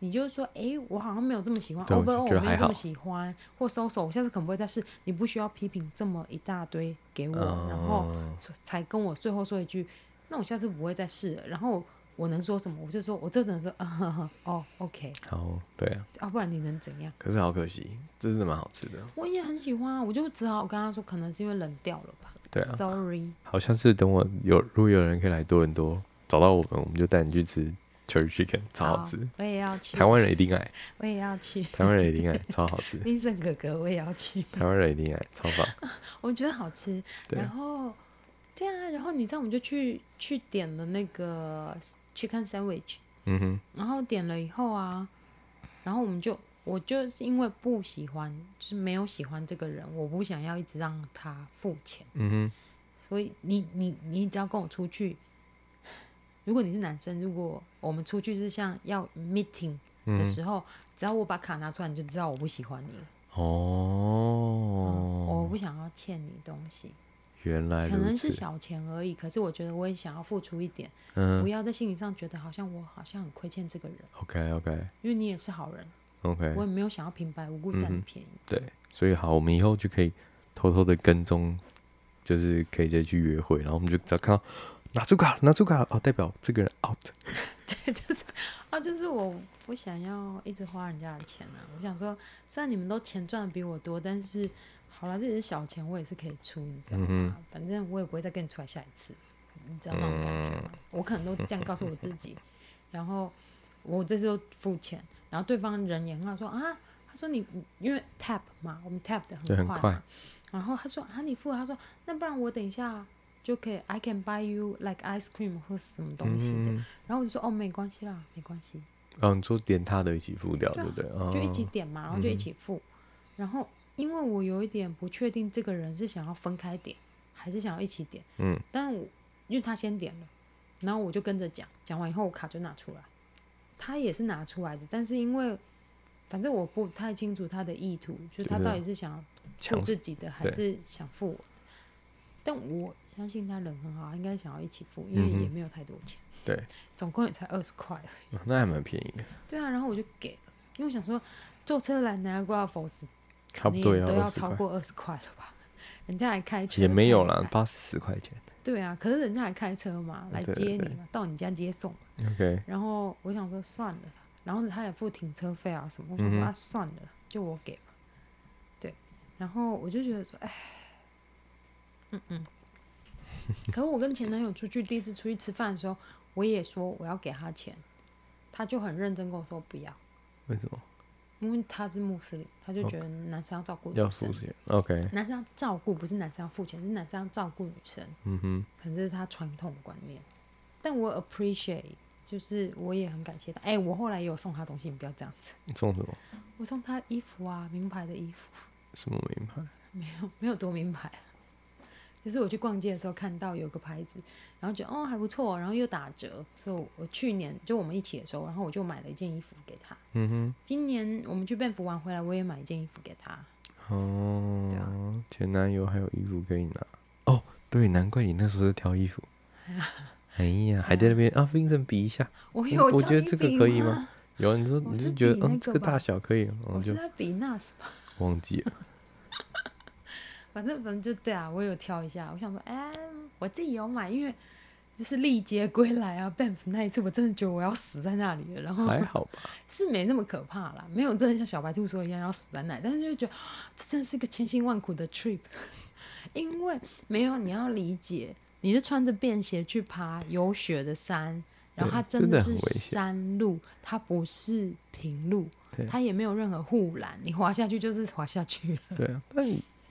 你就说，哎、我好像没有这么喜欢对我就，over 觉得我没还有这好么喜欢，或收手，我下次可能不会再试。你不需要批评这么一大堆给我，然后嗯说才跟我最后说一句，那我下次不会再试了。然后我能说什么？我就说我这只能说，嗯 呵呵哦，OK，好对啊，要、不然你能怎样？可是好可惜，这真的蛮好吃的，我也很喜欢啊，我就只好跟他说，可能是因为冷掉了吧。对啊 s o r r y 好像是等我有如果有人可以来多伦多找到我们，我们就带你去吃 church chicken，超好吃。我也要去台，湾人一定爱，我也要去。。台湾人一定爱，超好吃 Vincent 哥哥，我也要去。台湾人一定爱，超棒。我觉得好吃。对然后对啊，然后你知道我们就去去点了那个 chicken sandwich，嗯哼，然后点了以后啊，然后我们就我就是因为不喜欢，就是没有喜欢这个人，我不想要一直让他付钱，嗯哼，所以你你你只要跟我出去。如果你是男生，如果我们出去是像要 meeting 嗯的时候，只要我把卡拿出来，你就知道我不喜欢你了，哦，我不想要欠你东西。原来可如能是此。小钱而已，可是我觉得我也想要付出一点，嗯不要在心理上觉得好像我好像很亏欠这个人， ，OK OK 因为你也是好人， OK，我也没有想要平白无故占嗯你便宜。对，所以好，我们以后就可以偷偷的跟踪，就是可以直接去约会，然后我们就只要看到拿出卡，拿出卡哦，代表这个人 out。对，就是啊，就是我不想要一直花人家的钱啊。我想说，虽然你们都钱赚的比我多，但是好了，这些小钱我也是可以出，你知道嗯吗？哼，反正我也不会再跟你出来下一次，你知道那种感觉嗯吗？我可能都这样告诉我自己，然后我这次都付钱，然后对方人也很好说啊，他说你你因为 tap 嘛，我们 tap 的对，很很快嘛，快，然后他说啊你付了，他说那不然我等一下就可以 I can buy you like ice cream 或什么东西的，嗯，然后我就说哦没关系啦，没关系，哦，你说连他的一起付掉，对对啊不对？哦嗯就一起点嘛，然后就一起付。然后因为我有一点不确定这个人是想要分开点，还是想要一起点，嗯，但我因为他先点了，然后我就跟着讲，讲完以后我卡就拿出来，他也是拿出来的，但是因为反正我不太清楚他的意图，就他就是到底是想付强自己的还对是想付我，但我相信他人很好，应该想要一起付，因为也嗯哼没有太多钱，对，总共也才二十块。啊哦那还蛮便宜的，对啊，然后我就给了，因为我想说坐车来南瓜佛斯，差不多也肯定要都要20块超过二十块了吧？人家还开车也没有载你啦来，八十十块钱。对啊，可是人家还开车嘛，来对接你对嘛，到你家接送。 OK，然后我想说算了啦，然后他也付停车费啊什么，我嗯说哼啊算了啦，就我给吧。对，然后我就觉得说，哎， 嗯嗯。可我跟前男友出去第一次出去吃饭的时候，我也说我要给他钱，他就很认真跟我说不要。为什么因为他是穆斯林，他就觉得男生要照顾女哦要生付，钱？OK，男生要照顾，不是男生要付钱，是男生要照顾女生，嗯哼，可能这是他传统观念。但我 appreciate，就是我也很感谢他。哎、我后来也有送他东西，你不要这样子，你送什么？我送他衣服啊，名牌的衣服， 什么名牌？没有多名牌啊、就是我去逛街的时候看到有个牌子，然后觉得哦还不错，然后又打折，所以我我去年就我们一起的时候，然后我就买了一件衣服给他。嗯今年我们去便服玩回来，我也买一件衣服给他。哼，对哦，前男友还有衣服可以拿。哦，对，难怪你那时候在挑衣 服。哎呀，还在那边啊，Vincent 比一下。我我有，嗯我觉得这个可以吗？吗？有，你说我你是就觉比得，那嗯，个这个吧大小可以，然后我是就 在比那斯吧，忘记 了。反正反正就对啊，我有挑一下，我想说，哎、我自己有买，因为就是历劫归来啊，Banff 那一次，我真的觉得我要死在那里了，然后还好吧，是没那么可怕啦，没有真的像小白兔说一样要死在那里，但是就觉得这真的是一个千辛万苦的 trip，因为没有你要理解，你是穿着便鞋去爬有雪的山，然后它对真的真的很是危险山路，它不是平路对，它也没有任何护栏，你滑下去就是滑下去了， 对啊，但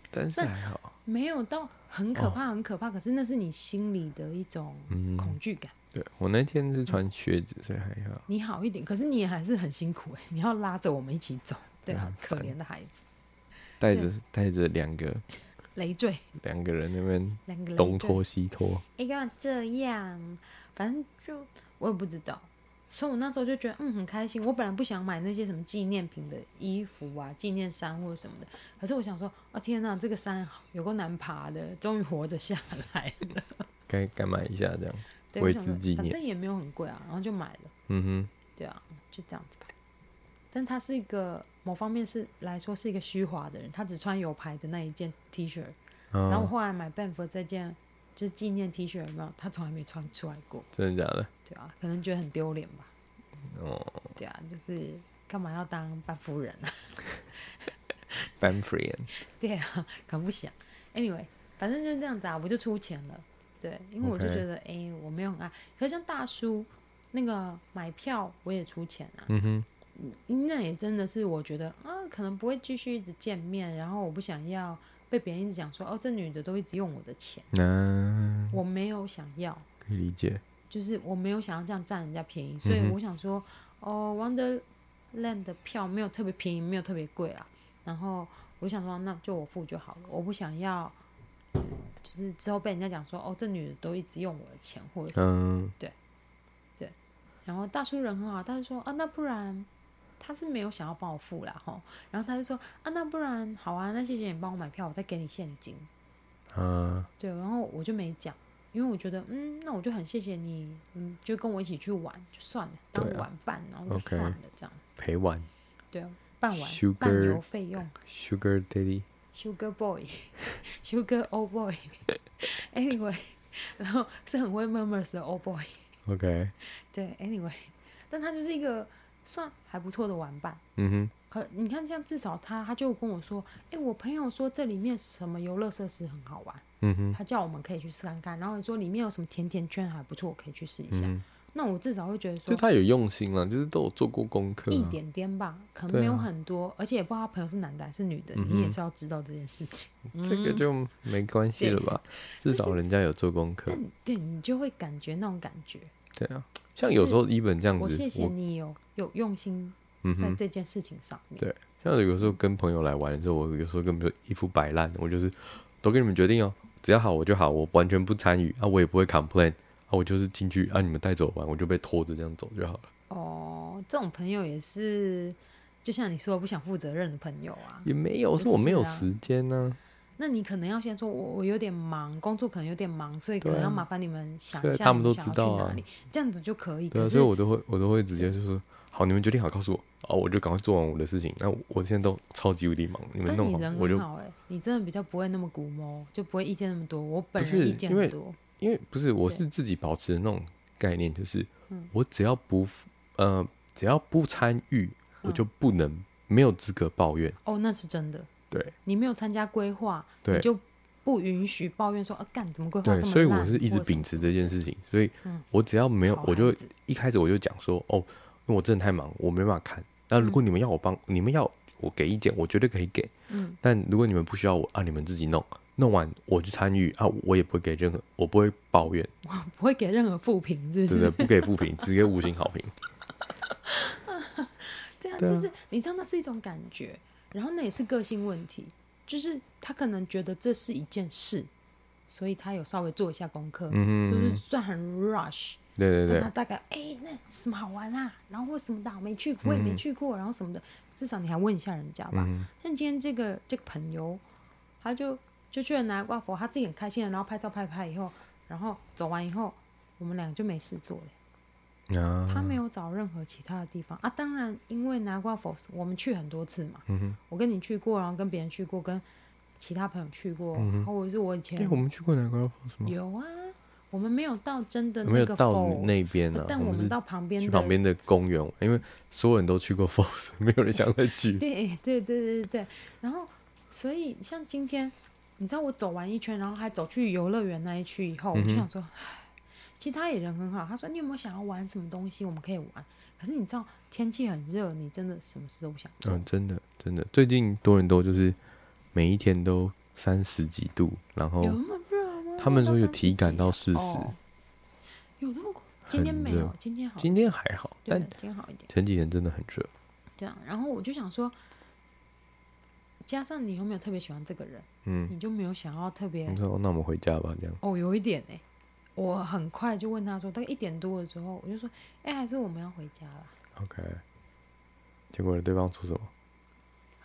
但是但还好，没有到很可哦怕，很可怕，可是那是你心里的一种嗯，恐惧感。对我那天是穿靴子，所以还好。你好一点，可是你也还是很辛苦哎、你要拉着我们一起走，对啊很，可烦怜的孩子，带着带着两个累赘，两个人那边两个累东赘拖西拖，哎、干嘛这样？反正就我也不知道，所以我那时候就觉得嗯很开心。我本来不想买那些什么纪念品的衣服啊、纪念衫或者什么的，可是我想说，哦天哪，这个山有够难爬的，终于活着下来了。该该买一下这样。对，为我想之说纪反念正也没有很贵啊，然后就买了。嗯对啊，就这样子吧。但他是一个某方面是来说是一个虚华的人，他只穿有牌的那一件 T 恤，哼，然后我哦，后来买 Banff 这件就是纪念 T 恤，有没有？他从来没穿出来过。真的假的？对啊，可能觉得很丢脸吧。哦对啊，就是干嘛要当半夫人啊？ ，Banfrian，对啊，可能不想。Anyway，反正就是这样子啊，我就出钱了。对，因为我就 OK 觉得，哎我没有很爱。可是像大叔那个买票，我也出钱啊。嗯哼，那也真的是我觉得啊，可能不会继续一直见面，然后我不想要被别人一直讲说，哦，这女的都一直用我的钱，那、嗯嗯我没有想要。可以理解。就是我没有想要这样占人家便宜，所以嗯哼我想说，哦，Wonderland 的票没有特别便宜，没有特别贵啦。然后我想说，那就我付就好了，我不想要，就是之后被人家讲说，哦，这女的都一直用我的钱或者是。嗯，然后大叔人很好，他就说，啊，那不然。他是没有想要帮我付啦，吼，然后他就说啊，那不然好啊，那谢谢你帮我买票，我再给你现金。啊，对，然后我就没讲，因为我觉得，嗯，那我就很谢谢你，嗯，就跟我一起去玩，就算了，当对啊玩伴，然后就 OK 算了，这样，陪玩对，办完伴 Sugar- 游费用，Sugar Daddy， ，Sugar Boy，Sugar Old Boy，Anyway，然后是很会 murmurs 的 Old Boy， OK， 对，Anyway，但他就是一个算还不错的玩伴。嗯哼，可你看，像至少他，他就跟我说，哎、我朋友说这里面什么游乐设施很好玩，嗯哼，他叫我们可以去试看看，然后说里面有什么甜甜圈还不错，可以去试一嗯下。哼，那我至少会觉得就说他有用心了，就是都有做过功课、一啊。点点吧，可对啊能没有很多，而且也不知道他朋友是男的还是女的，嗯哼你也是要知道这件事情。 这个就没关系了吧？至少人家有做功课。对你就会感觉那种感觉，对啊，像有时候一本这样我谢子，谢你有有用心嗯在哼，这件事情上面。对像有时候跟朋友来玩的时候，我有时候根本就一副摆烂，我就是都跟你们决定哦，只要好我就好，我完全不参与啊，我也不会 complain 啊，我就是进去啊，你们带走玩，我就被拖着这样走就好了，哦，这种朋友也是，就像你说不想负责任的朋友啊，也没有，也是我没有是啊时间呢、那你可能要先说，我我有点忙，工作可能有点忙，所以可对能啊要麻烦你们想所以一下，他们都知道去啊哪里，这样子就可以。对啊，可所以是我都会我都会直接就说好，你们决定好告诉我，哦，我就赶快做完我的事情。那我我现在都超级无敌忙，你们但弄你好人我很就好哎、你真的比较不会那么古摸，就不会意见那么多。我本不是人意见因为很多，因为不是，我对是自己保持的那种概念，就是、嗯我只要不呃只要不参与，我嗯就不能、没有资格抱怨。哦，那是真的。对你没有参加规划，对你就不允许抱怨说啊，干怎么规划对这，么所以我烂是一直或什么秉持这件事情，所以嗯我只要没有好，我就孩子一开始我就讲说哦，因为我真的太忙，我没办法看。那如果你们要我帮，你们要我给意见，我绝对可以给。嗯，但如果你们不需要我啊，你们自己弄，弄完我去参与啊，我也不会给任何，我不会抱怨，不会给任何负评，是不对是？不对？不给负评，只给五星好评。对对啊，啊就是你知道那是一种感觉，然后那也是个性问题，就是他可能觉得这是一件事，所以他有稍微做一下功课，嗯就是哼，算很 rush，对对但对他，大概哎、那什么好玩啊，然后或什么的啊我没去，我也没去过，然后什么的，至少你还问一下人家吧。嗯像今天这个这个朋友，他就就去了南瓜佛，他自己很开心的，然后拍照拍拍以后，然后走完以后，我们俩就没事做了。嗯哼啊，他没有找任何其他的地方啊。当然，因为南瓜佛我们去很多次嘛，嗯哼，我跟你去过，然后跟别人去过，跟其他朋友去过，嗯然后我是我以前哎，我们去过南瓜佛什么？有啊，我们没有到真的没那有个到 falls，那边不呢，但我我们们是到旁边去的旁边的公园，因为所有人都去过 Falls，没有人想再 去。对对对对对对，然后所以像今天，你知道我走完一圈，然后还走去游乐园那一区以后，我嗯就哼想说，唉其实他也人很好，他说你有没有想要玩什么东西，我们可以玩。可是你知道天气很热，你真的什么事都不想做。嗯，真的真的，最近多伦多就是每一天都三十几度，然后有那么热吗？他们说到有三十体感几到啊四十哦有那么夸今天很没热有，今天好，今天还好，对但今天好一点。前几天真的很热。这样，然后我就想说，加上你又没有特别喜欢这个人，嗯，你就没有想要特别你说哦那我们回家吧，这样。哦，有一点哎、我很快就问他说，大概一点多的时候，我就说，哎、还是我们要回家啦。 OK，结果对方说什么？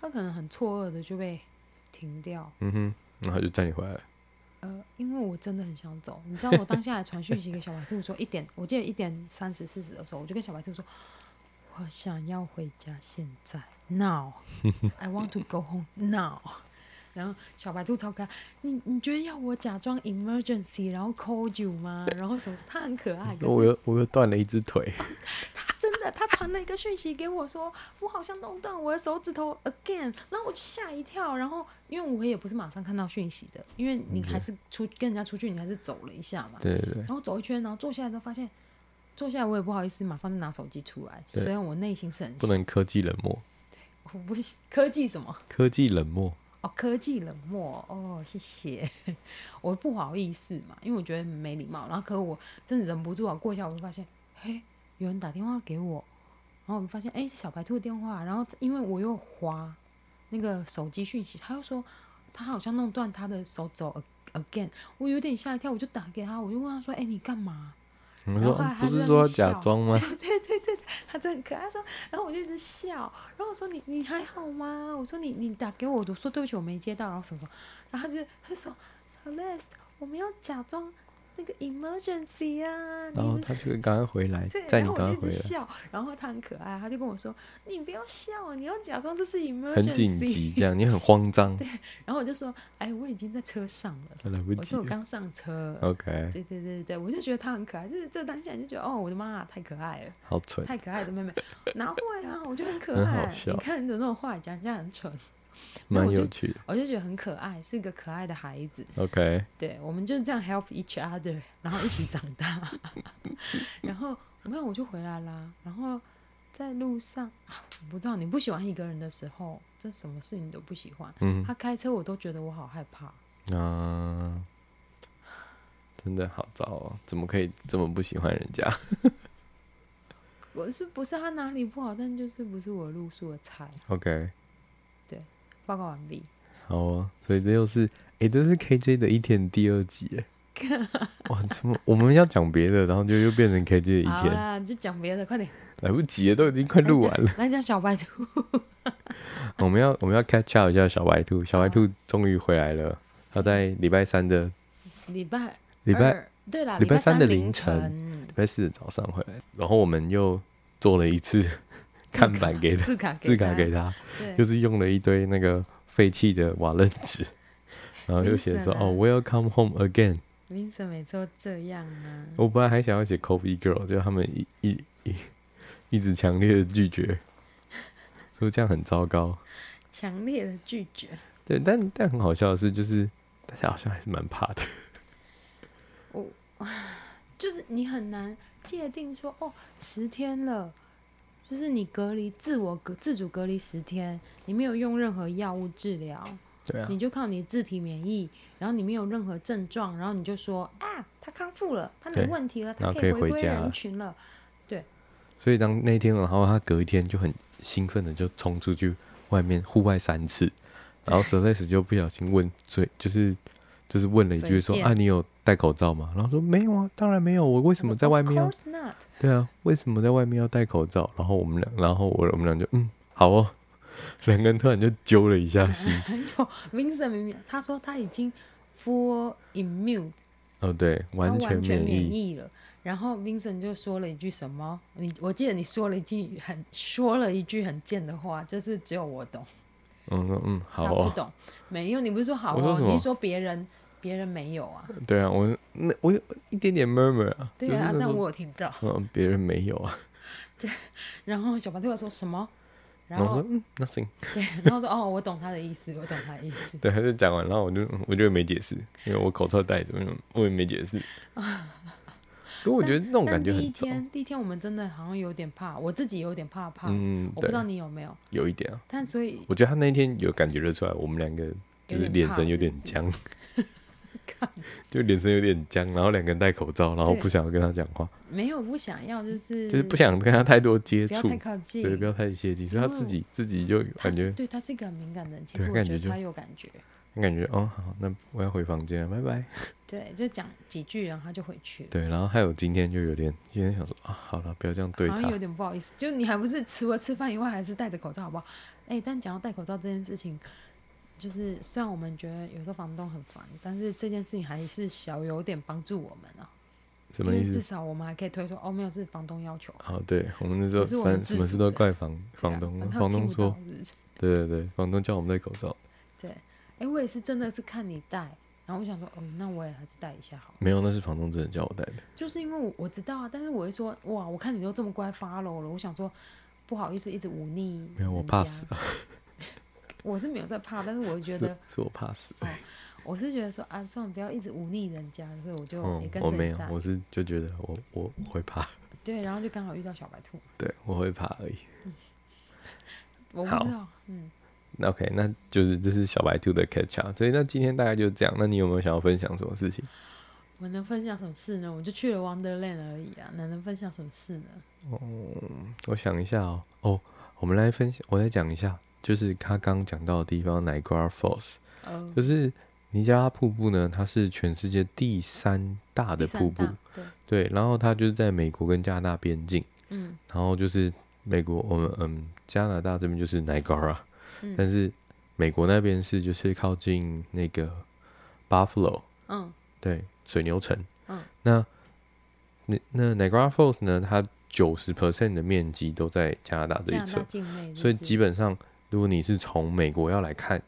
他可能很错愕的就被停掉，嗯哼，然后就叫你回来了。呃，因为我真的很想走，你知道我当下还传讯息给小白兔说一点，我记得一点三十四十的时候，我就跟小白兔说，我想要回家，现在 now，I want to go home now。然 后小白兔超可爱，你你觉得要我假装 emergency 然后 call you 吗？然后什么？他很可爱，可是我又我又断了一只腿。 他真的，他传了一个讯息给我说，我好像弄断我的手指头 again，然后我就吓一跳，然后因为我也不是马上看到讯息的，因为你还是出跟人家出去，你还是走了一下嘛，嗯对对对，然后走一圈，然后坐下来之后发现，坐下来我也不好意思马上就拿手机出来，对虽然我内心是很不能科技冷漠，我不行科技什么科技冷漠。哦，科技冷漠哦，谢谢， 我不好意思嘛，因为我觉得没礼貌，然后可是我真的忍不住啊，过一下我就发现，嘿，有人打电话给我，然后我就发现，哎，是小白兔的电话，然后因为我又划那个手机讯息，他又说他好像弄断他的手肘 again，我有点吓一跳，我就打给他，我就问他说，哎，你干嘛？你说然后后来嗯不他是就说要在那假边装 吗？他真的很可爱，他说，然后我就一直笑，然后我说你你还好吗？我说你你打给我，我说对不起我没接到，然后什么什么，然后他就他就说 Celeste，我们要假装那个 emergency 啊，你然后们他就赶快回来对，，在然你后赶我就快一回来，直笑，然后他很可爱，他就跟我说：“你不要笑，啊你要假装这是 emergency。” 很紧急，这样你很慌张，然后我就说：“哎，我已经在车上了，来不我及说我了。刚上车。哦 OK，对对对对，我就觉得他很可爱，就是这当下你就觉得哦，我的妈，太可爱了，好蠢，太可爱的 妹妹，哪会啊？我觉得很可很好爱。笑你看你怎么那种话讲，这样很蠢，那蛮我就有趣的。我就觉得很可爱，是个可爱的孩子。 OK，对，我们就是这样 help each other，然后一起长大。 然后我看我就回来啦，然后在路上啊，我不知道你不喜欢一个人的时候，这什么事情都不喜欢。嗯，他开车我都觉得我好害怕，啊、真的好糟哦，怎么可以这么不喜欢人家？ 我是不是他哪里不好，但就是不是我路数的菜。 OK，报告完毕。好哦，所以这又是，诶，这是 KJ 的一天第二集 耶，哇，怎么我们要讲别的，然后就又变成 KJ 的一好天，啦，就讲别的，快点。来不及了，都已经快录 完了。来讲小白兔。我们要我们要 catch up 一下小白兔，小白兔终于回来了，他在礼拜三的礼拜礼拜二对啦，礼拜三三的凌凌晨礼拜四的早上回来，然后我们又做了一次 看板给他，字卡字卡给他，对就是用了一堆那个废弃的瓦楞 纸，然后又写说明显啊哦，Welcome home again。 Vincent 每次都这样啊。我本来还想要写 Kobe Girl，就他们一一一一直强烈的拒绝，说这样很糟糕。强烈的拒绝。对，但但很好笑的是，就是大家好像还是蛮怕的。我就是你很难界定说哦，十天了，就是你隔离自我隔自主隔离十天，你没有用任何药物治疗，对啊你就靠你自体免疫，然后你没有任何症状，然后你就说啊，他康复了，他对没问题了，然他后以可以回回归家了人群了。所以当那天，然后他隔一天就很兴奋的就冲出去外面户外三次，然后 Celeste 就不小心问嘴，就是就是问了一句说嘴贱啊，你有戴口罩吗？然后说没有啊，当然没有，我为什么在外面要 Of course not，对啊，为什么在外面要戴口罩？然后我们俩，然后我我们俩就嗯，好哦， 两个人突然就揪了一下 心。 Vincent 明明他说他已经 full immune，哦，对，他完全完全免免疫，疫了。然后 Vincent 就说了一句什么？你我记得你说了一句很说了一句很贱的话，就是只有我懂，嗯嗯嗯，好他不哦，懂。没有，你不是说好我说哦什？么你是说别人别人没有啊？对啊，我那我有一点点 murmur 啊，对啊就，是那但种我有听到。嗯，别人没有啊，然后小白兔又说什么？然然后我后说嗯，nothing，对，然后说哦，我懂他的意思，我懂他的意思。对，他就讲完，然后我就嗯我就没解释，因为我口罩戴着，嗯我也没解 释。可我觉得 那种但感觉第一很糟，天，第一天我们真的好像有点怕，我自己有点怕怕。嗯，我不对知，道你有没有，有一点啊，但所以我觉得他那一天有感觉得出来，我们两个就是有点眼怕神有点僵， 就眼神有点僵，然后两个人戴口罩，然后对不想要跟他讲话，没有不想要，就是就是不想跟他太多接不要触太，靠近，对，不要太接近，所以他自己自己就他感是觉对他是一个很敏感的人，其对实我感觉觉得就他有感觉，感觉哦好，那我要回房间了，拜拜。对，就讲几句，然后他就回去了。对，然后还有今天就有点今天想说啊，好了，不要这样对好像他有，点不好意思，就你还不是除了吃饭以外，还是戴着口罩，好不好？哎、但讲到戴口罩这件事情，就是虽然我们觉得有时候房东很烦，但是这件事情还是小有点帮助我们啊，什因么为意思？至少我们还可以推说哦，没有是房东要求，哦，对，我们那时候不是我反们正什么事自主都的怪房房对东啊，房东说，，反正他听不到是不是对对对，房东叫我们戴口罩，对，哎、我也是真的是看你戴，然后我想说，哦，那我也还是戴一下好了。没有，那是房东真的叫我戴的，就是因为我我知道啊，但是我会说哇，我看你都这么乖 follow 了，我想说不好意思一直忤逆。没有，我怕死，，啊我是没有在怕，但是我觉是得是我怕死。我是觉得说啊，算了，不要一直忤逆人家，所以我就嗯啊也跟，我着没你有带。，我是就觉得我我我会怕，对，然后就刚好遇到小白兔，对我会怕而已。我好不知道，嗯，那 OK，那就是这是小白兔的 catch up，所以那今天大概就这样。那你有没有想要分享什么事情？我能分享什么事呢？我就去了 Wonderland 而已啊，哪能分享什么事呢？我想一下哦，哦，我们来分享，我来讲一下，就是他刚讲到的地方，Niagara Falls，呃，就是尼加拉瀑布呢，它是全世界第三大的第瀑三布大，，对，对，然后它就是在美国跟加拿大边境。嗯，然后就是美国，我们嗯加拿大这边就是 Niagara，、嗯但是美国那边是就是靠近那个 Buffalo，嗯，对，水牛城，嗯，那那那 Niagara Falls 呢，它九十 percent 的面积都在加拿大这加一拿大侧，境内是不是，所以基本上如果你是从美国要来看，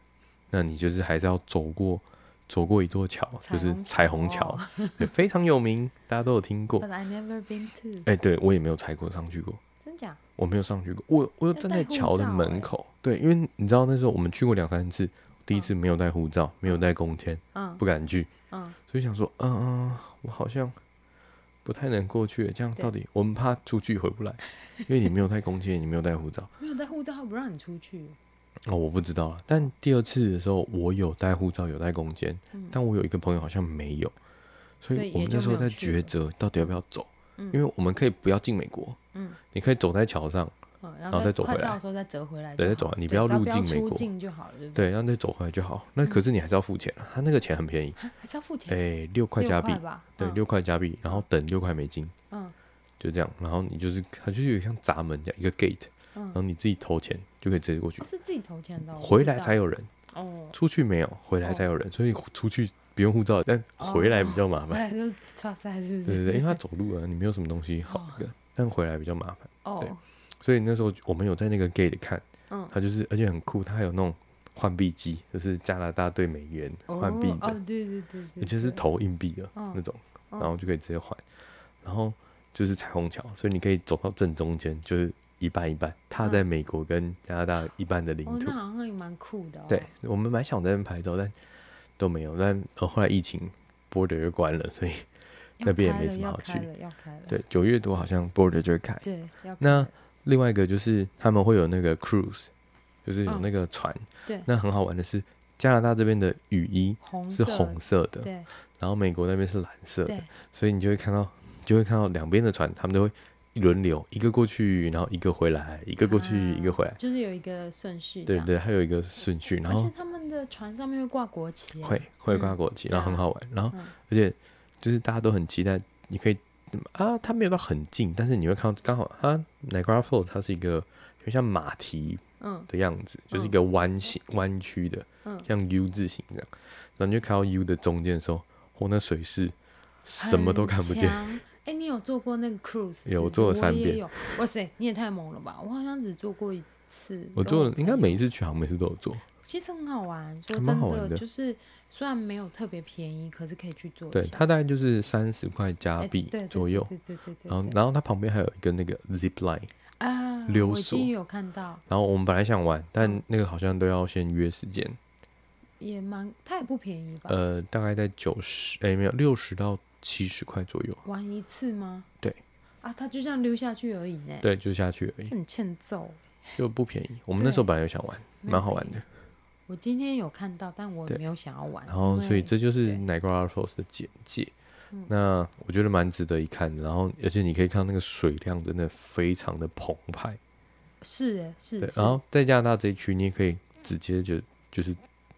那你就是还是要走过走过一座桥，就是彩虹桥，对非常有名，大家都有听过。 But I never been to，哎、对我也没有踩过上去过，真假？我没有上去过，我我有站在桥的欸门口，对，因为你知道那时候我们去过两三次，第一次没有带护照，没有带工签，嗯不敢去，嗯，所以想说，嗯、嗯，我好像不太能过去，欸这样对到底我们怕出去回不来，因为你没有带工签，你没有带护照，没有带护照，他不让你出去。哦，我不知道啊。但第二次的时候，我有带护照，有带工签，嗯但我有一个朋友好像没有，所所以以我也们就那时候没在有去抉了择到底要不要走，嗯因为我们可以不要进美国，嗯你可以走在桥上。嗯，然然后后再走回来快到的时候再折回来就好，对再走回来你不对要只要入不要境美出国境就好了，对不对？对，让再走回来就好。嗯那可是你还是要付钱啊，他那个钱很便宜，啊还是要付钱，哎，六块六加币，吧？对，嗯六块加币，然后等六块美金，嗯就这样。然后你就是，它就是有像闸门这样一个 gate，嗯然后，你自己投钱就可以直接过去哦，是自己投钱的哦，我不回知来道才有人， 哦，出去没有，回来才有人，所以出去不用护照，但哦回来比较麻回烦。来 就是刷塞，是不对对是？对，因为他走路啊，你没有什么东西好哦的，但回来比较麻烦。对哦，所以那时候我们有在那个 gate 看，嗯，它就是而且很酷，它还有那种换币机，就是加拿大兑美元换币哦的哦，，对对对对，而且是对投硬币的嗯那种，嗯然后就可以直接换。然后就是彩虹桥，所以你可以走到正中间，就是一半一半，踏在美国跟加拿大一半的领哦，土那。好像也蛮酷的哦，对，我们蛮想在那边拍照，但都没有。但呃后来疫情，border 又关了，所以要那边也开没了什么要好开去了要开了，对九月多好像 border 就会开。对，要开那了另外一个就是他们会有那个 cruise，就是有那个船。哦对那很好玩的是，加拿大这边的雨衣红是色红色的，对然后美国那边是蓝色的对，所以你就会看到，就会看到两边的船，他们都会轮流，一个过去，然后一个回来，一个过去，啊一个回来。就是有一个顺序，对，对，还有一个顺序，然而且后他们的船上面会挂国旗，会会挂国旗，对啊然后很好玩，然后嗯而且就是大家都很期待，你可以嗯啊，它没有到很近，但是你会看到刚好它 Niagara Falls 它是一个就像马蹄嗯的样子，就是一个弯形弯曲的，嗯像 U 字形这样，然后你就看到 U 的中间的时候，哦，那水是什么都看不见，哎、诶你有做过那个 cruise？是不是有做了三遍我也有。哇塞，你也太猛了吧！我好像只做过一次。我做了，应该没，每一次去好像每次都有做，其实很好玩，说还真蛮好玩的就是虽然没有特别便宜，可是可以去做一对，下它大概就是三十块加诶币哎对对左右，对对对对对然后然后它旁边还有一个那个 zip line，啊，溜我已索经有看到，然后我们本来想玩，但那个好像都要先约时间，也蛮，它也不便宜吧？呃，大概在九十，哎，没有六十到七十块左右，玩一次吗？对。啊，它就这样溜下去而已呢。对，就下去而已，这很欠揍。就不便宜。我们那时候本来有想玩，没有蛮好玩的，我今天有看到，但我对没有想要玩。然后所以因为这就是对嗯 Niagara Falls 的简介。那我觉得蛮值得一看的，然后而且你可以看到那个水量真的非常的澎湃，是诶是，对，是然后在加拿大这一区，你也可以直接就就是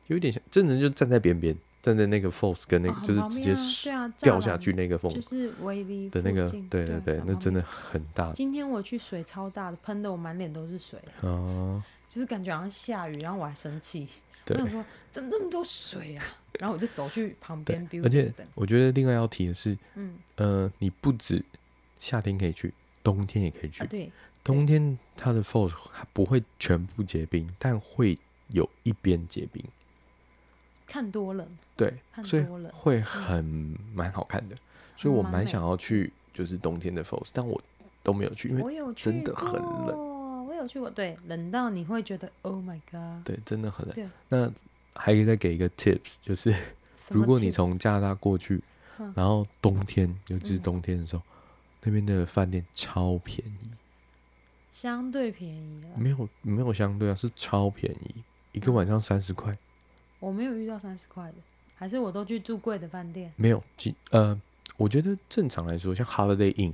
有一点像，真的就站在边边，站在那个 falls 跟那个、啊就是很直旁接边啊对啊掉栅下栏去那个缝就是威力的那个，对对对啊对，那真。很的方很大便今天我去水超大的，喷的我满脸都是水，啊，就是感觉好像下雨，然后我还生气，我对想说怎么这么多水啊？然后我就走去旁对边，而且 building 等，我觉得另外要提的是，嗯呃，你不止夏天可以去，冬天也可以去，啊对，冬天它的 falls 它不会全部结冰，但会有一边结冰，看多了，对，看所以多了会很蛮好看的，所以我蛮蛮美想要去，就是冬天的 falls，但我都没有去，因为我有去真的很冷冷，我有去过，对，冷到你会觉得 Oh my God。对真的很冷对。那还可以再给一个 tips，就是什么如果你 tips？从加拿大过去嗯，然后冬天，尤其是冬天的时候，那边的饭店超便宜，相对便宜了，没有没有相对啊，是超便宜，一个晚上三十块，我没有遇到三十块的，还是我都去住贵的饭店。没有几呃，我觉得正常来说，像 Holiday Inn，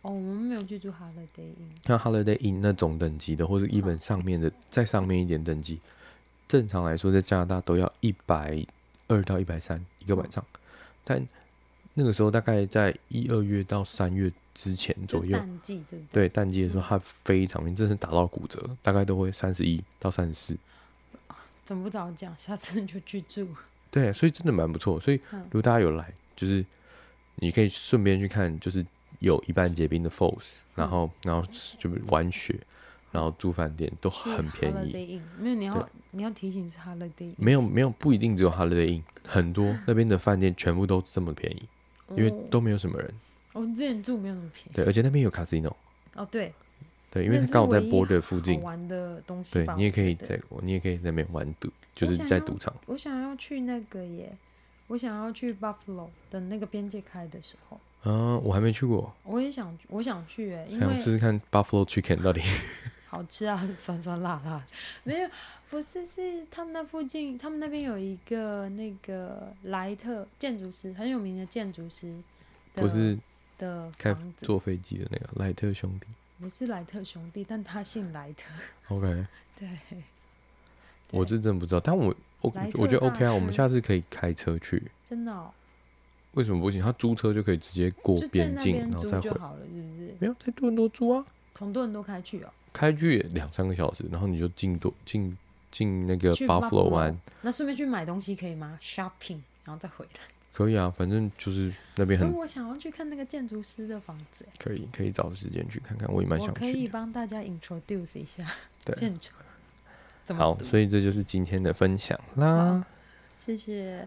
哦，我们没有去住 Holiday Inn。像 Holiday Inn 那种等级的，或是一本上面的，再上面一点等级，正常来说在加拿大都要一百二到一百三一个晚上，但那个时候大概在一二月到三月之前就左右，淡季对不对对？淡季的时候它非常便宜，真的是打到骨折，大概都会三十一到三十四，怎么不早讲？下次就去住。对，所以真的蛮不错。所以嗯如果大家有来，就是你可以顺便去看，就是有一半结冰的 Falls，然嗯后然后就玩雪，然后住饭店都去很便宜。 Holiday Inn，没有你对要你要提醒是 Holiday，Inn 没有没有不一定只有 Holiday Inn，很 多那边的饭店全部都这么便宜，因为哦都没有什么人。我们之前住没有那么便宜。对，而且那边有 casino，哦，对，对，因为那它是刚好在唯一 border 附近好，玩的东西对吧。你也我可以觉得在你也可以在那边玩赌，就是想在要赌场。我想要去那个耶，我想要去 Buffalo 等那个边界开的时候，啊，我还没去过，我也想我想去耶，因想为试试看 Buffalo Chicken 到底。好吃啊， 酸酸辣辣的。没有，不是是他们那附近，他们那边有一个那个莱特建筑师，很有名的建筑师的不是的开房子，坐飞机的那个莱特 兄弟。不是莱特兄弟，但他姓莱特。 OK，对，我对是真不知道，但我我莱特我觉得大 OK 啊，我们师下次可以开车去，真的、哦，为什么不行？他租车就可以直接过就在边那境，边然后住再回就。好了，是不是？没有，在多伦多租啊，从多伦多开去哦，开去也两三个小时，然后你就进多进进那个去 Buffalo 湾，那顺便去买东西可以吗？Shopping，然后再回来。可以啊，反正就是那边因很为我想要去看那个建筑师的房子，可以，可以找时间去看看，我也蛮我想可以去。帮大家 introduce 一下对，建筑。怎么好，读所以这就是今天的分享啦。好谢谢。